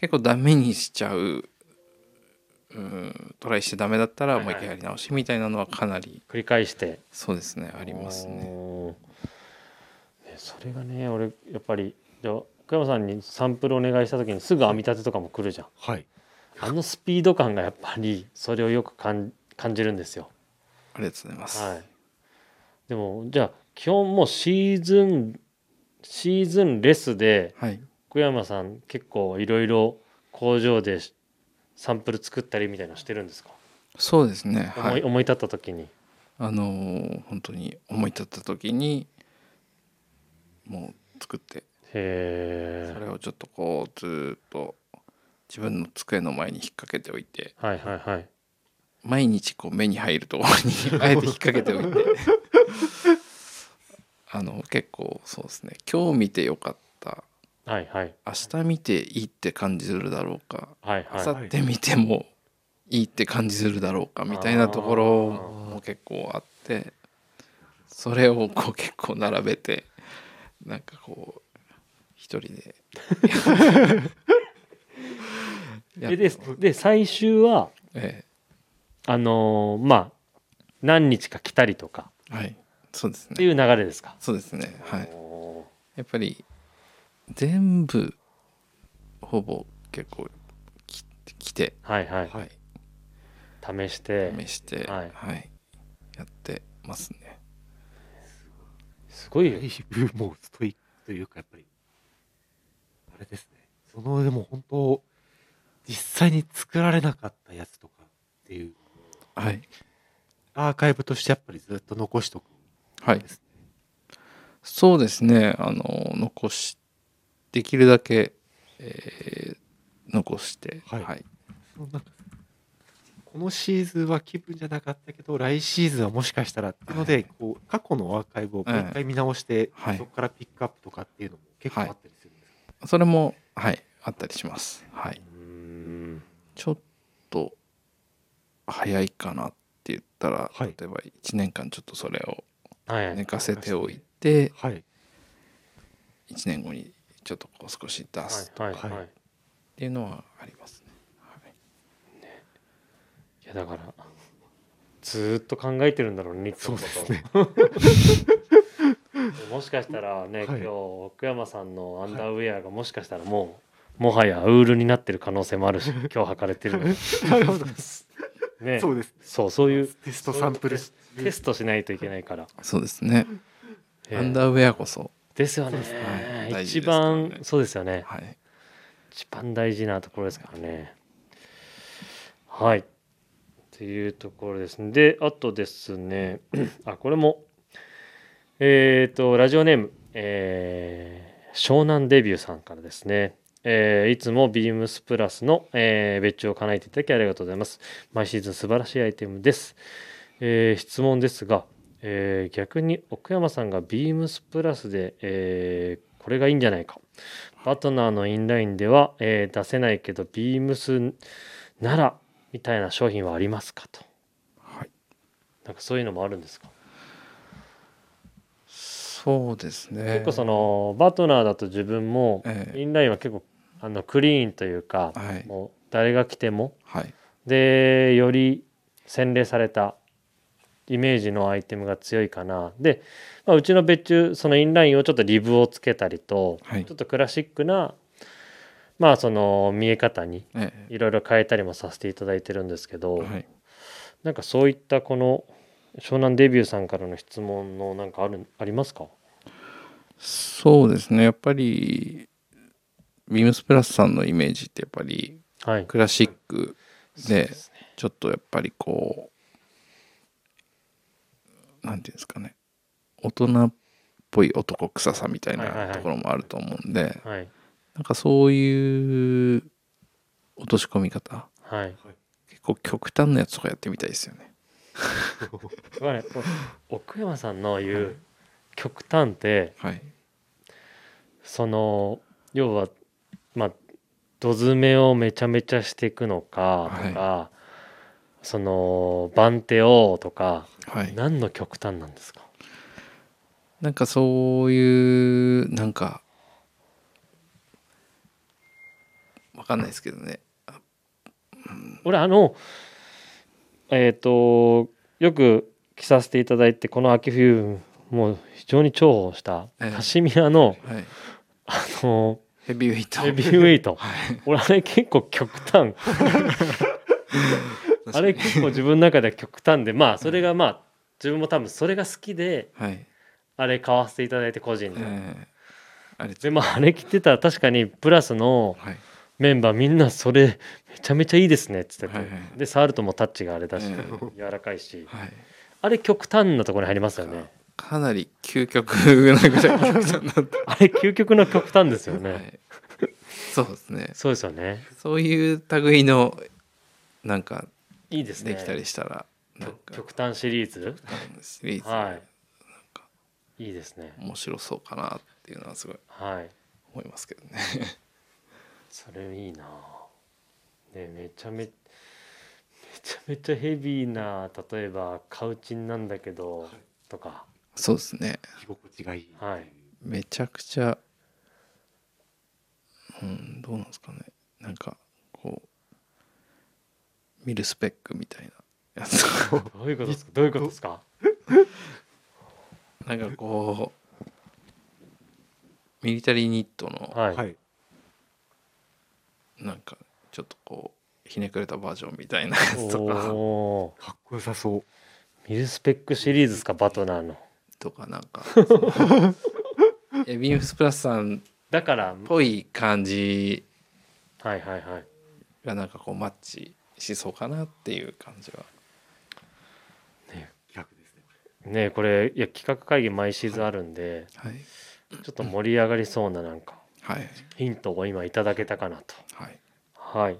Speaker 3: 結構ダメにしちゃううんトライしてダメだったら
Speaker 1: はい
Speaker 3: も
Speaker 1: は
Speaker 3: う
Speaker 1: い
Speaker 3: 一回やり直しみたいなのはかなり
Speaker 1: 繰り返して
Speaker 3: そうですねありますね。
Speaker 1: おーねそれがね俺やっぱりじゃあ奥山さんにサンプルお願いした時にすぐ編み立てとかも来る じゃん
Speaker 2: はい。
Speaker 1: あのスピード感がやっぱりそれをよく感感じるん ですよ
Speaker 3: ありがとうございます。
Speaker 1: はい、でもじゃあ基本もうシーズンシーズンレスで
Speaker 3: はい
Speaker 1: 福山さん結構いろいろ工場でしサンプル作ったりみたいなのしてるんですか、
Speaker 3: そうですね。
Speaker 1: 思い
Speaker 3: はい、
Speaker 1: 思い立った時に
Speaker 3: あのー本当に思い立った時にもう作ってそ
Speaker 1: へ
Speaker 3: れをちょっとこうずーっと自分の机の前に引っ掛けておいて
Speaker 1: えはいはいはい
Speaker 3: 毎日こう目に入るところにあえて引っ掛けておいてあの結構そうですね今日見てよかった
Speaker 1: はいはい
Speaker 3: 明日見ていいって感じするだろうか
Speaker 1: はい
Speaker 3: 明
Speaker 1: はい
Speaker 3: 後日見てもいいって感じするだろうかみたいなところも結構あってそれをこう結構並べてなんかこう一人 でやっ
Speaker 1: えでで最終は
Speaker 3: え
Speaker 1: あのーまあ何日か来たりとか
Speaker 3: えはいそうです
Speaker 1: ってい
Speaker 3: ね
Speaker 1: う流れですか、
Speaker 3: そうですねはい
Speaker 1: おー
Speaker 3: やっぱり全部ほぼ結構き来て
Speaker 1: はいはい、
Speaker 2: はい。
Speaker 1: 試して
Speaker 3: 試して
Speaker 1: はい
Speaker 3: はいやってますね
Speaker 1: すごい
Speaker 2: だ
Speaker 1: よ
Speaker 2: いぶもうストイックというか、やっぱり、あれですね。その、でも本当、実際に作られなかったやつとかっていう、
Speaker 3: はい
Speaker 2: アーカイブとしてやっぱりずっと残しとく
Speaker 3: はい
Speaker 2: んですね。
Speaker 3: そうですねあの残しできるだけ、えー残して
Speaker 2: はい
Speaker 3: はい
Speaker 2: そのなんかこのシーズンは気分じゃなかったけど、来シーズンはもしかしたらっていうの
Speaker 3: はい
Speaker 2: で、こう過去のアーカイブをもう一回見直して、
Speaker 3: はい
Speaker 2: そこからピックアップとかっていうのも結構あったりするんですか、
Speaker 3: それもはいあったりしますはいう
Speaker 1: ーん
Speaker 3: ちょっと早いかなって言ったら、
Speaker 2: はい
Speaker 3: 例えば1年間ちょっとそれを
Speaker 1: はいはい
Speaker 3: 寝かせておいて
Speaker 2: はい、
Speaker 3: 1年後にちょっとこう少し出す
Speaker 1: はいはい
Speaker 2: はい
Speaker 1: はい
Speaker 3: っていうのはありますね、はい
Speaker 1: いやだからずーっと考えてるんだろうね日
Speaker 2: そう
Speaker 1: 本
Speaker 2: で
Speaker 1: のこと
Speaker 2: すね。
Speaker 1: もしかしたらね、
Speaker 2: はい
Speaker 1: 今日奥山さんのアンダーウェアがもしかしたらもうもはやウールになってる可能性もあるし今日履かれてるの
Speaker 2: なる ほど。
Speaker 1: ね
Speaker 2: そうです。
Speaker 1: そうそういう
Speaker 2: テストサンプル
Speaker 1: テストしないといけないから
Speaker 3: そうですね
Speaker 1: ええ
Speaker 3: アンダーウェアこそ
Speaker 1: ですよね
Speaker 2: そうですね
Speaker 3: 大事
Speaker 1: 一
Speaker 3: ですからね
Speaker 1: 番そうですよね
Speaker 3: はい、
Speaker 1: 一番大事なところですからねはいっていうところですねであとですねあこれもえっ、とラジオネーム、えー湘南デビューさんからですねえーいつもビームスプラスの、えー別注を叶えていただきありがとうございます。毎シーズン素晴らしいアイテムです。えー質問ですが、えー逆に奥山さんがビームスプラスで、えーこれがいいんじゃないかバトナーのインラインでは、えー出せないけどビームスならみたいな商品はありますかと
Speaker 3: はい、
Speaker 1: なんかそういうのもあるんですか、
Speaker 3: そうですね
Speaker 1: 結構そのバトナーだと自分も、
Speaker 3: ええ
Speaker 1: インラインは結構あのクリーンというか、
Speaker 3: はい
Speaker 1: もう誰が来ても
Speaker 3: はい
Speaker 1: でより洗練されたイメージのアイテムが強いかなで、まあ、うちの別注そのインラインをちょっとリブをつけたりと、
Speaker 3: はい
Speaker 1: ちょっとクラシックなまあその見え方に
Speaker 3: え
Speaker 1: いろいろ変えたりもさせていただいてるんですけど、
Speaker 3: えはい
Speaker 1: なんかそういったこの湘南デビューさんからの質問のなんかあるありますか
Speaker 3: そうですねやっぱりビームスプラスさんのイメージってやっぱり
Speaker 1: はい
Speaker 3: クラシック
Speaker 1: そう
Speaker 3: で
Speaker 1: です
Speaker 3: ちょっとやっぱりこうなんていうんですかね大人っぽい男臭さみたい
Speaker 1: はいはいは
Speaker 3: ないところもあると思うんで、
Speaker 1: ねはい
Speaker 3: なんかそういう落とし込み方
Speaker 1: はい
Speaker 3: 結構極端なやつとかやってみたいですよね
Speaker 1: だからねこう奥山さんの言う極端って
Speaker 3: はい
Speaker 1: その要はまあ土詰めをめちゃめちゃしていくのかとか、その番手をとか
Speaker 3: はい
Speaker 1: 何の極端なんですか
Speaker 3: なんかそういうなんかわかんないですけどね
Speaker 1: 俺あのえっ、とよく着させていただいてこの秋冬もう非常に重宝した
Speaker 3: ええ
Speaker 1: カシミヤの、
Speaker 3: はい
Speaker 1: あ の
Speaker 3: ヘビーウェイト
Speaker 1: ヘビーウェイト
Speaker 3: はい
Speaker 1: 俺あれ結構極端
Speaker 3: 確か
Speaker 1: あ
Speaker 3: に
Speaker 1: れ結構自分の中では極端でまあそれがまあ自分も多分それが好きで
Speaker 3: はい
Speaker 1: あれ買わせていただいて個人で、
Speaker 3: ええあれ
Speaker 1: でまああれ着てたら確かにプラスの
Speaker 3: はい
Speaker 1: メンバーみんなそれめちゃめちゃいいですねっつってて、
Speaker 3: はいはい
Speaker 1: で触るともうタッチがあれだし、
Speaker 3: え
Speaker 1: 柔らかいし
Speaker 3: はい
Speaker 1: あれ極端なところに入りますよね
Speaker 3: かなり究極なぐらいの極端になって
Speaker 1: あれ究極の極端ですよね、
Speaker 3: はいそうですね
Speaker 1: そうですよね
Speaker 3: そういう類のなんか
Speaker 1: いいですね
Speaker 3: できたりしたらなんか
Speaker 1: 極端シリーズ
Speaker 3: シリーズ
Speaker 1: は
Speaker 3: でか
Speaker 1: いいいですね
Speaker 3: 面白そうかなっていうのはすごい
Speaker 1: はい
Speaker 3: 思いますけどね。
Speaker 1: それいいなねめちゃめめちゃめちゃヘビーな例えばカウチンなんだけどとか
Speaker 3: そうですね。
Speaker 2: 着心地がいい。
Speaker 1: はい
Speaker 3: めちゃくちゃ、うん、どうなんですかね。なんかこう見るスペックみたいなやつ。
Speaker 1: どういうことですかどういうことですか
Speaker 3: なんかこうミリタリーニットの
Speaker 1: はい、
Speaker 2: はい。
Speaker 3: なんかちょっとこうひねくれたバージョンみたいなやつとか
Speaker 1: お
Speaker 2: かっこよさそう。
Speaker 1: ーミルスペックシリーズですかバトナーの
Speaker 3: とかなんか。そのいやビームスプラスさん
Speaker 1: だから
Speaker 3: っぽい感じ
Speaker 1: はいはいはい
Speaker 3: がなんかこうマッチしそうかなっていう感じは
Speaker 2: 逆ですね。
Speaker 1: ねこれいや企画会議毎シーズンあるんで、
Speaker 3: はい
Speaker 1: ちょっと盛り上がりそうななんか
Speaker 3: はい
Speaker 1: ヒントを今いただけたかなと
Speaker 3: はい
Speaker 1: はい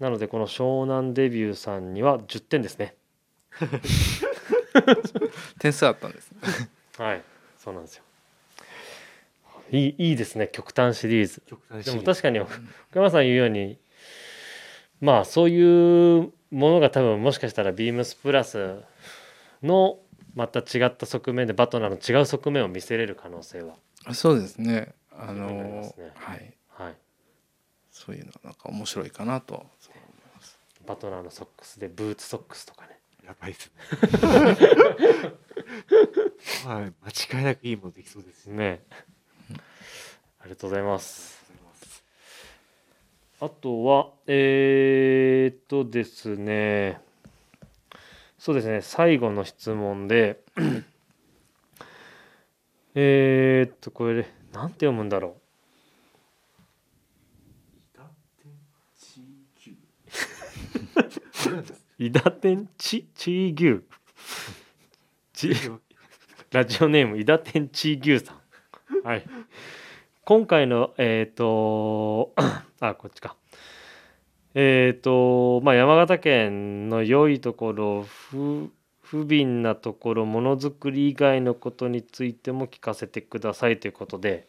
Speaker 1: なのでこの湘南デビューさんには10点ですね
Speaker 3: 点数あったんですね
Speaker 1: はいそうなんですよいいいいですね極端シリーズ
Speaker 2: 極端
Speaker 1: でも
Speaker 2: か
Speaker 1: 確かに福山さん言うようにまあそういうものが多分もしかしたらビームスプラスのまた違った側面でバトナーの違う側面を見せれる可能性は
Speaker 3: そうですねあ
Speaker 1: そういうのありま
Speaker 3: の
Speaker 1: すね
Speaker 3: はい
Speaker 1: はい
Speaker 3: そういうのはなんか面白いかなと
Speaker 1: バトナーのソックスでブーツソックスとかね
Speaker 2: に。やばいですね。はい。間違いなくいいものできそうですね。
Speaker 1: ねありがとうございます
Speaker 2: ありがとうございます
Speaker 1: あとは、えーっとですね、そうですね、最後の質問で、 えー、っとこれなんて読むんだろ う伊達天ちちい牛ちラジオネーム伊達天ちい牛 さんはい今回のえーっと あこっちかえーとまあ、山形県の良いところ不不憫なところものづくり以外のことについても聞かせてくださいということで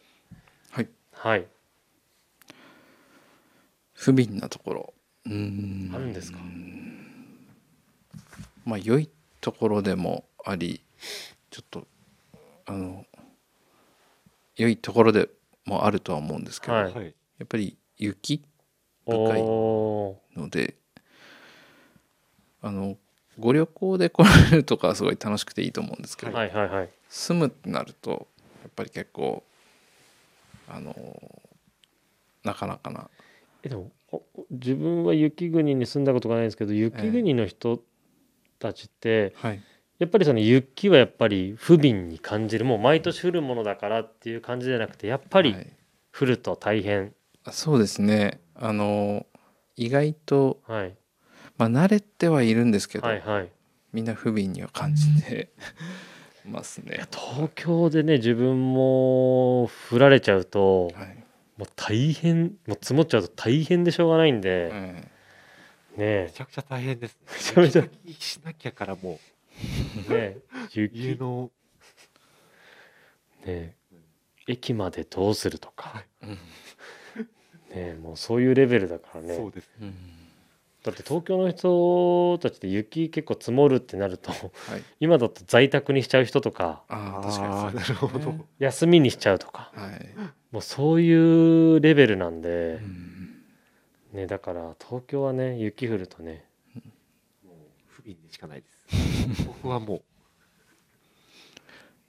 Speaker 3: はい
Speaker 1: はい
Speaker 3: 不憫なところうーん
Speaker 1: あるんですか
Speaker 3: まあ良いところでもありちょっとあの良いところでもあるとは思うんですけど、
Speaker 1: はい
Speaker 2: はい。
Speaker 3: やっぱり雪深い
Speaker 1: お
Speaker 3: のであのご旅行で来られるとかはすごい楽しくていいと思うんですけ
Speaker 1: ー
Speaker 3: ど、
Speaker 1: はいはいはい
Speaker 3: 住むってなるとやっぱり結構あのなかなかな
Speaker 1: えでもお自分は雪国に住んだことがないんですけど雪国の人たちって
Speaker 3: はい
Speaker 1: やっぱりその雪はやっぱり不憫に感じるもう毎年降るものだからっていう感じじゃなくてやっぱり
Speaker 3: はい
Speaker 1: 降ると大変
Speaker 3: あそうですねあの意外と、
Speaker 1: はい
Speaker 3: まあ、慣れてはいるんですけど、
Speaker 1: はいはい
Speaker 3: みんな不憫には感じ てますね。
Speaker 1: 東京でね自分も振られちゃうと
Speaker 3: はい
Speaker 1: もう大変もう積もっちゃうと大変でしょうがないんで、ね
Speaker 3: え
Speaker 2: め
Speaker 1: え
Speaker 2: ちゃくちゃ大変です、ね。め
Speaker 1: ちゃめちゃ
Speaker 2: しなきゃからも
Speaker 1: ねえ
Speaker 2: う家
Speaker 1: 雪ね
Speaker 2: の
Speaker 1: え駅までどうするとか、
Speaker 3: え
Speaker 1: ねえもうそういうレベルだから
Speaker 2: そ
Speaker 1: ね
Speaker 2: うです。
Speaker 3: うん
Speaker 1: だって東京の人たちで雪結構積もるってなると
Speaker 3: はい、
Speaker 1: 今だと在宅にしちゃう人とか
Speaker 3: ああ確かに
Speaker 2: あーなるほど。
Speaker 3: ね
Speaker 1: 休みにしちゃうとか
Speaker 3: はい、
Speaker 1: もうそういうレベルなんで
Speaker 3: う、ん
Speaker 1: ね、だから東京はね雪降るとね
Speaker 2: もう不憫でしかないです。僕はも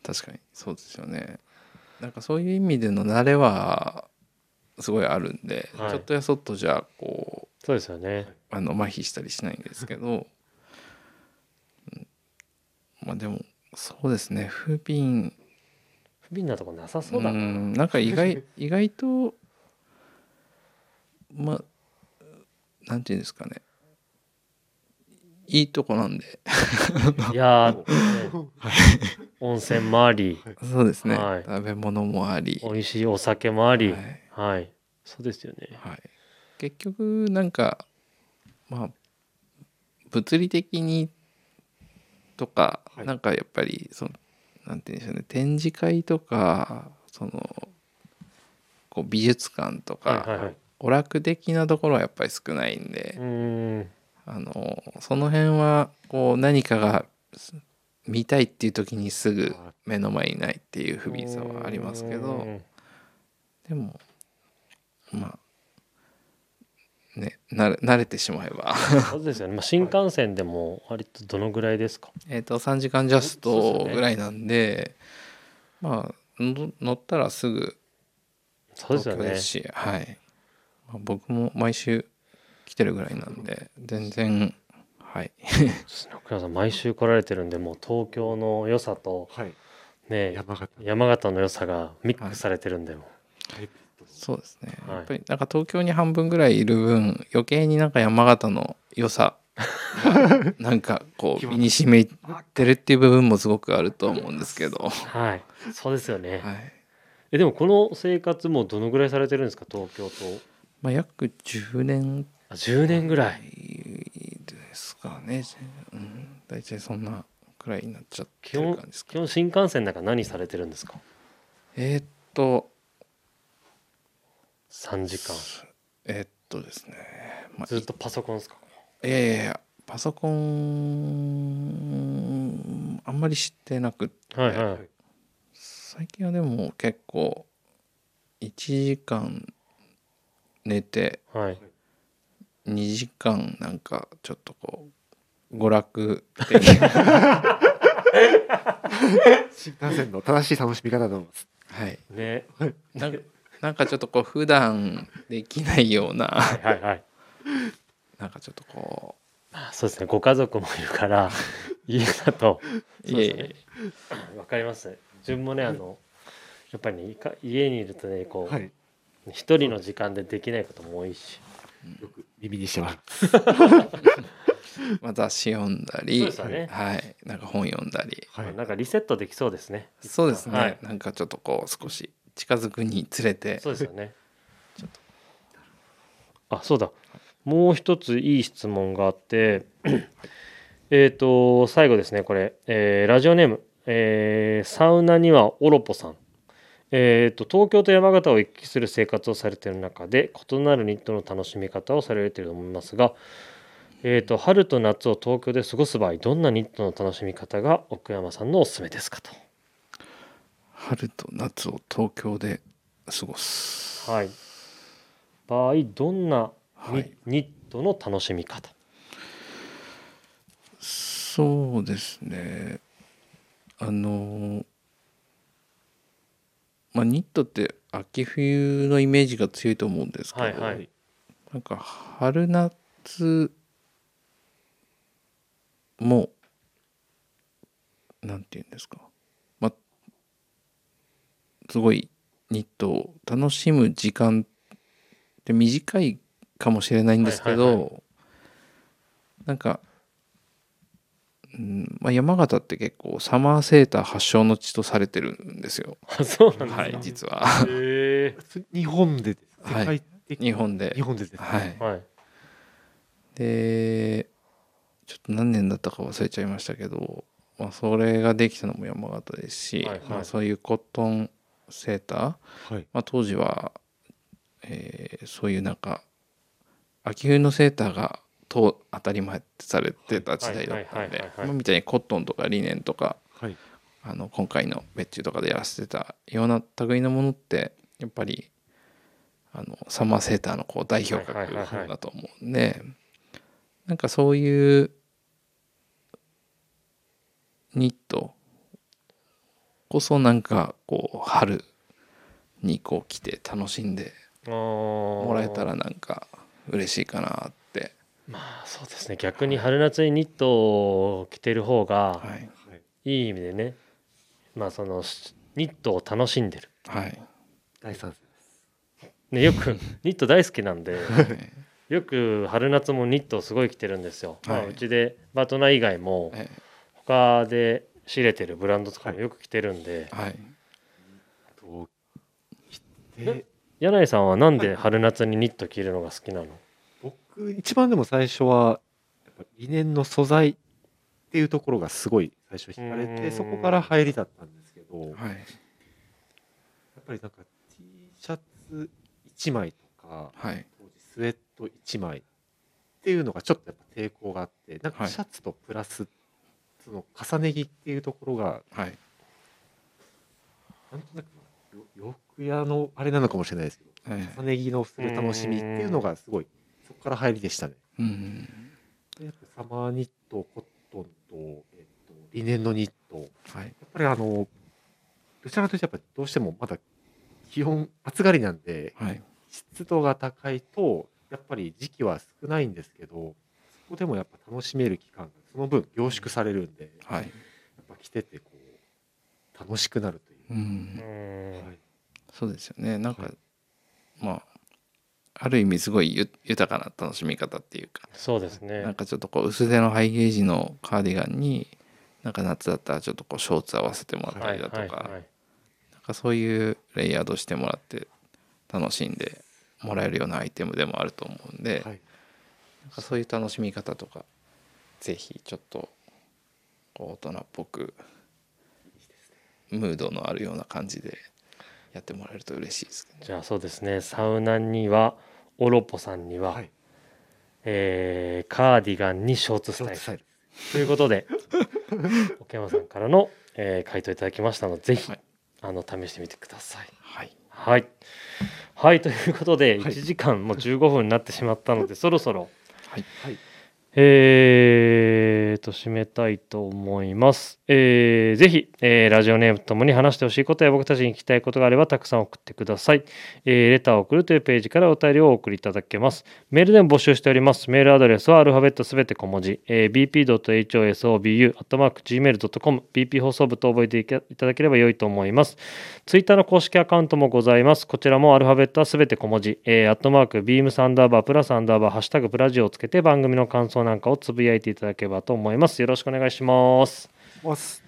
Speaker 3: 確かにそうですよねなんかそういう意味での慣れはすごいあるんで、
Speaker 1: はい
Speaker 3: ちょっとやそっとじゃあこ
Speaker 1: そうですよね。
Speaker 3: うあの麻痺したりしないんですけど、うんまあでもそうですね不憫
Speaker 1: 不憫なとこなさそうだな。
Speaker 3: んなんか意外意外とまあなんていうんですかねいいとこなんで
Speaker 1: いやー、ね
Speaker 2: は
Speaker 1: 温泉もあ り、
Speaker 3: そうですね、
Speaker 1: はい
Speaker 3: 食べ物もあり、
Speaker 1: 美味しいお酒もあり、
Speaker 3: は
Speaker 1: はい、
Speaker 3: い
Speaker 1: そうですよね。
Speaker 3: はい、結局なんかまあ物理的にとか、
Speaker 2: はい
Speaker 3: なんかやっぱりそのなんて言うんでしょうね展示会とかそのこう美術館とか、
Speaker 1: はいはいはい。
Speaker 3: 娯楽的なところはやっぱり少ないんで
Speaker 1: う、ーん、
Speaker 3: あのその辺はこう何かがす見たいっていう時にすぐ目の前にないっていう不憫さはありますけ
Speaker 1: う
Speaker 3: ど
Speaker 1: ん
Speaker 3: でもまあね慣れ慣れてしまえば
Speaker 1: そうですよね。まあ新幹線でも割とどのぐらいですか。
Speaker 3: えっと3時間ジャス
Speaker 1: そうです
Speaker 3: ト
Speaker 1: ね
Speaker 3: ぐらいなんでまあの乗ったらすぐ
Speaker 1: そうですよね
Speaker 3: です。し、はい、まあ僕も毎週来てるぐらいなんで全然はい
Speaker 1: 砂倉さん毎週来られてるんで、もう東京の良さと
Speaker 2: はい。
Speaker 1: ね
Speaker 2: 山形
Speaker 1: 山形の良さがミックスされてるんで、も
Speaker 2: タイプと
Speaker 3: そうですね、
Speaker 1: はい
Speaker 3: やっぱりなんか東京に半分ぐらいいる分余計になんか山形の良さ なんかこう身に染みてるっていう部分もすごくあると思うんですけど、は
Speaker 1: うはい、そうですよね。
Speaker 3: い
Speaker 1: えでもこの生活もうどのぐらいされてるんですか、東京と。
Speaker 3: まあ、約10年
Speaker 1: あ10年ぐらい。
Speaker 3: ですかね、うん、大体そんなくらいになっちゃって
Speaker 1: 基
Speaker 3: る
Speaker 1: 本
Speaker 3: 感じです
Speaker 1: 基
Speaker 3: か
Speaker 1: 本新幹線なんか何されてるんですか。
Speaker 3: えーっと
Speaker 1: 3時間
Speaker 3: えーっとですね、まあ
Speaker 1: ずっとパソコンですか
Speaker 3: いやいやいやパソコンあんまり知ってなくって
Speaker 1: はいはい、
Speaker 2: はい
Speaker 3: 最近はでも結構1時間寝て
Speaker 1: はい
Speaker 3: 2時間なんかちょっとこう娯楽的 な
Speaker 2: 新幹線の正しい楽しみ方だと思います。
Speaker 3: はい
Speaker 1: ね
Speaker 3: なんかなんかちょっとこう普段できないような
Speaker 1: はいはい
Speaker 3: なんかちょっとこ
Speaker 1: まあそうですねご家族もいるから家だと
Speaker 3: う
Speaker 1: そう
Speaker 3: い
Speaker 1: で
Speaker 3: えい
Speaker 1: すね
Speaker 3: え
Speaker 1: わかります自分もねあのやっぱりねいか家にいるとねこう、
Speaker 2: はい。
Speaker 1: 一人の時間でできないことも多いし
Speaker 2: よく耳にしてます。
Speaker 3: まあ、雑誌読んだ
Speaker 1: そう
Speaker 3: り
Speaker 1: です、よね、
Speaker 3: はい、なんか本読んだり
Speaker 2: は
Speaker 1: まあ
Speaker 2: い。
Speaker 1: なんかリセットできそうですね
Speaker 3: そうですね、
Speaker 1: はい
Speaker 3: なんかちょっとこう少し近づくにつれて
Speaker 1: そうですよね
Speaker 3: ちょっ
Speaker 1: あそうだもう一ついい質問があって えっと最後ですねこれ、えーラジオネーム、えーサウナにはオロポさんえー、と東京と山形を行き来する生活をされている中で異なるニットの楽しみ方をされていると思いますが、えー、と春と夏を東京で過ごす場合どんなニットの楽しみ方が奥山さんのおすすめですかと。
Speaker 3: 春と夏を東京で過ごす、
Speaker 1: はい、場合どんなニ,、
Speaker 3: はい
Speaker 1: ニットの楽しみ方
Speaker 3: そうですねあのまあニットって秋冬のイメージが強いと思うんですけど、
Speaker 1: はいはい
Speaker 3: なんか春夏もなんて言うんですかまあすごいニットを楽しむ時間って短いかもしれないんですけど、
Speaker 1: はいはい
Speaker 3: なんか、うんまあ、山形って結構サマーセーター発祥の地とされてるんですよ、
Speaker 1: あそうなんですか、
Speaker 3: はい、実は。
Speaker 1: へ
Speaker 2: す日本でです。
Speaker 3: はい
Speaker 2: 世界的
Speaker 3: 日本で
Speaker 2: 日本でです。
Speaker 3: はい
Speaker 1: え、はい
Speaker 3: でちょっと何年だったか忘れちゃいましたけど、まあ、それができたのも山形ですし、
Speaker 1: はいはい
Speaker 3: まあ、そういうコットンセーター、
Speaker 2: はい。
Speaker 3: まあ、当時は、えーそういうなんか秋冬のセーターがと当たり前ってされてた時代だったん
Speaker 1: はいはいはいはい
Speaker 3: で
Speaker 1: はい
Speaker 3: 今みたいにコットンとかリネンとか
Speaker 2: はい。
Speaker 3: あの今回の別注とかでやらせてたような類のものってやっぱりあのサマーセーターのこう代表格
Speaker 1: はいはいはいはい
Speaker 3: だと思うんでなんかそういうニットこそなんかこう春にこう来て楽しんでも
Speaker 1: も
Speaker 3: らえたらなんか嬉しいかなって
Speaker 1: まあそうですね逆に春夏にニットを着てる方が
Speaker 3: はい
Speaker 2: はい。
Speaker 1: いい意味でねまあそのしニットを楽しんでる、
Speaker 3: はい
Speaker 2: 第三世。
Speaker 1: ね、よ くニット大好きなんで
Speaker 3: はい
Speaker 1: よく春夏もニットをすごい着てるんですよ、ま
Speaker 3: は
Speaker 1: あ、
Speaker 3: いう
Speaker 1: ちでバトナー以外も
Speaker 3: え
Speaker 1: 他で仕入れてるブランドとかもよく着てるんで、
Speaker 3: はい
Speaker 2: と。で、
Speaker 1: 柳井さんはなんで春夏にニット着るのが好きなの、
Speaker 2: 僕一番でも最初は。やっぱ理念の素材。っていうところがすごい最初惹かれ
Speaker 1: うーん
Speaker 2: て、そこから入りだったんですけど。やっ
Speaker 3: はい
Speaker 2: ぱりなんか T シャツ一枚とか。
Speaker 3: はい
Speaker 2: 当時スウェット1枚っていうのがちょっとやっぱ抵抗があってなん
Speaker 3: は
Speaker 2: か
Speaker 3: い
Speaker 2: シャツとプラスその重ね着っていうところが
Speaker 3: はい
Speaker 2: なんとなくよ洋服屋のあれなのかもしれないですけど
Speaker 3: ええ
Speaker 2: 重ね着のする楽しみっていうのがすごいそこから入りでしたね。
Speaker 3: うん
Speaker 2: でやっぱサマーニットコットンと,、えっとリネンのニットやっ
Speaker 3: はい
Speaker 2: ぱりあのどちらかというとやっぱどうしてもまだ気温暑がりなんで
Speaker 3: はい
Speaker 2: 湿度が高いとやっぱり時期は少ないんですけどそこでもやっぱ楽しめる期間がその分凝縮されるんでやっ
Speaker 3: はい
Speaker 2: ぱ着ててこう楽しくなるという
Speaker 1: うんーん
Speaker 2: はい
Speaker 3: そうですよねなんか、
Speaker 2: はい
Speaker 3: まあある意味すごいゆ豊かな楽しみ方っていうか
Speaker 1: そうです
Speaker 3: なん
Speaker 1: ね
Speaker 3: かちょっとこう薄手のハイゲージのカーディガンになんか夏だったらちょっとこうショーツ合わせてもらったりだとか、なんかそういうレイヤードしてもらって楽しんでもらえるようなアイテムでもあると思うんで、
Speaker 2: はい
Speaker 3: なんかそういう楽しみ方とかぜひちょっとこう大人っぽくムードのあるような感じでやってもらえると嬉しいですね。
Speaker 1: じゃあそうですねサウナにはオロポさんには、
Speaker 2: はい
Speaker 1: えーカーディガンにショーツス
Speaker 2: ショ
Speaker 1: タイ
Speaker 2: ート
Speaker 1: ル
Speaker 2: スタイル
Speaker 1: ということで 奥山さんからの、えー回答いただきましたのでぜひ、
Speaker 3: はい
Speaker 1: あの試してみてください。
Speaker 3: はい、
Speaker 1: はい、はい、ということで
Speaker 2: はい
Speaker 1: 1時間もう15分になってしまったので、そろそろ、
Speaker 3: はい
Speaker 2: はい
Speaker 1: えー、と、締めたいと思います。えー、ぜひ、えーラジオネームとともに話してほしいことや僕たちに聞きたいことがあれば、たくさん送ってください。えーレターを送るというページからお便りをお送りいただけます。メールでも募集しております。メールアドレスはアルファベットすべて小文字、えー bp.hosobu.gmail.com、bp 放送部と覚えていけいただければ良いと思います。ツイッターの公式アカウントもございます。こちらもアルファベットはすべて小文字、えー、アットマーク、ビームサンダーバー、プラサンダーバー、ハッシュタグ、プラジオをつけて番組の感想なんかをつぶやいていただければと思います。よろしくお願いします。
Speaker 2: ます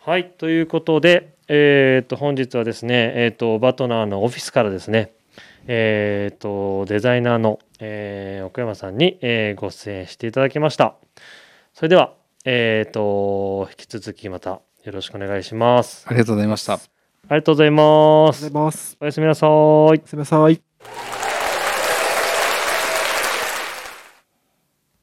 Speaker 1: はい、ということで、えー、と本日はですね、えー、とバトナーのオフィスからですね、えー、とデザイナーの、えー奥山さんに、えーご出演していただきました。それでは、えー、と引き続きまたよろしくお願いします。
Speaker 3: ありがとうございました
Speaker 1: ありがとうございま
Speaker 2: ありがとう
Speaker 1: す。
Speaker 2: ございます
Speaker 1: おやすみなさーい。
Speaker 2: すみません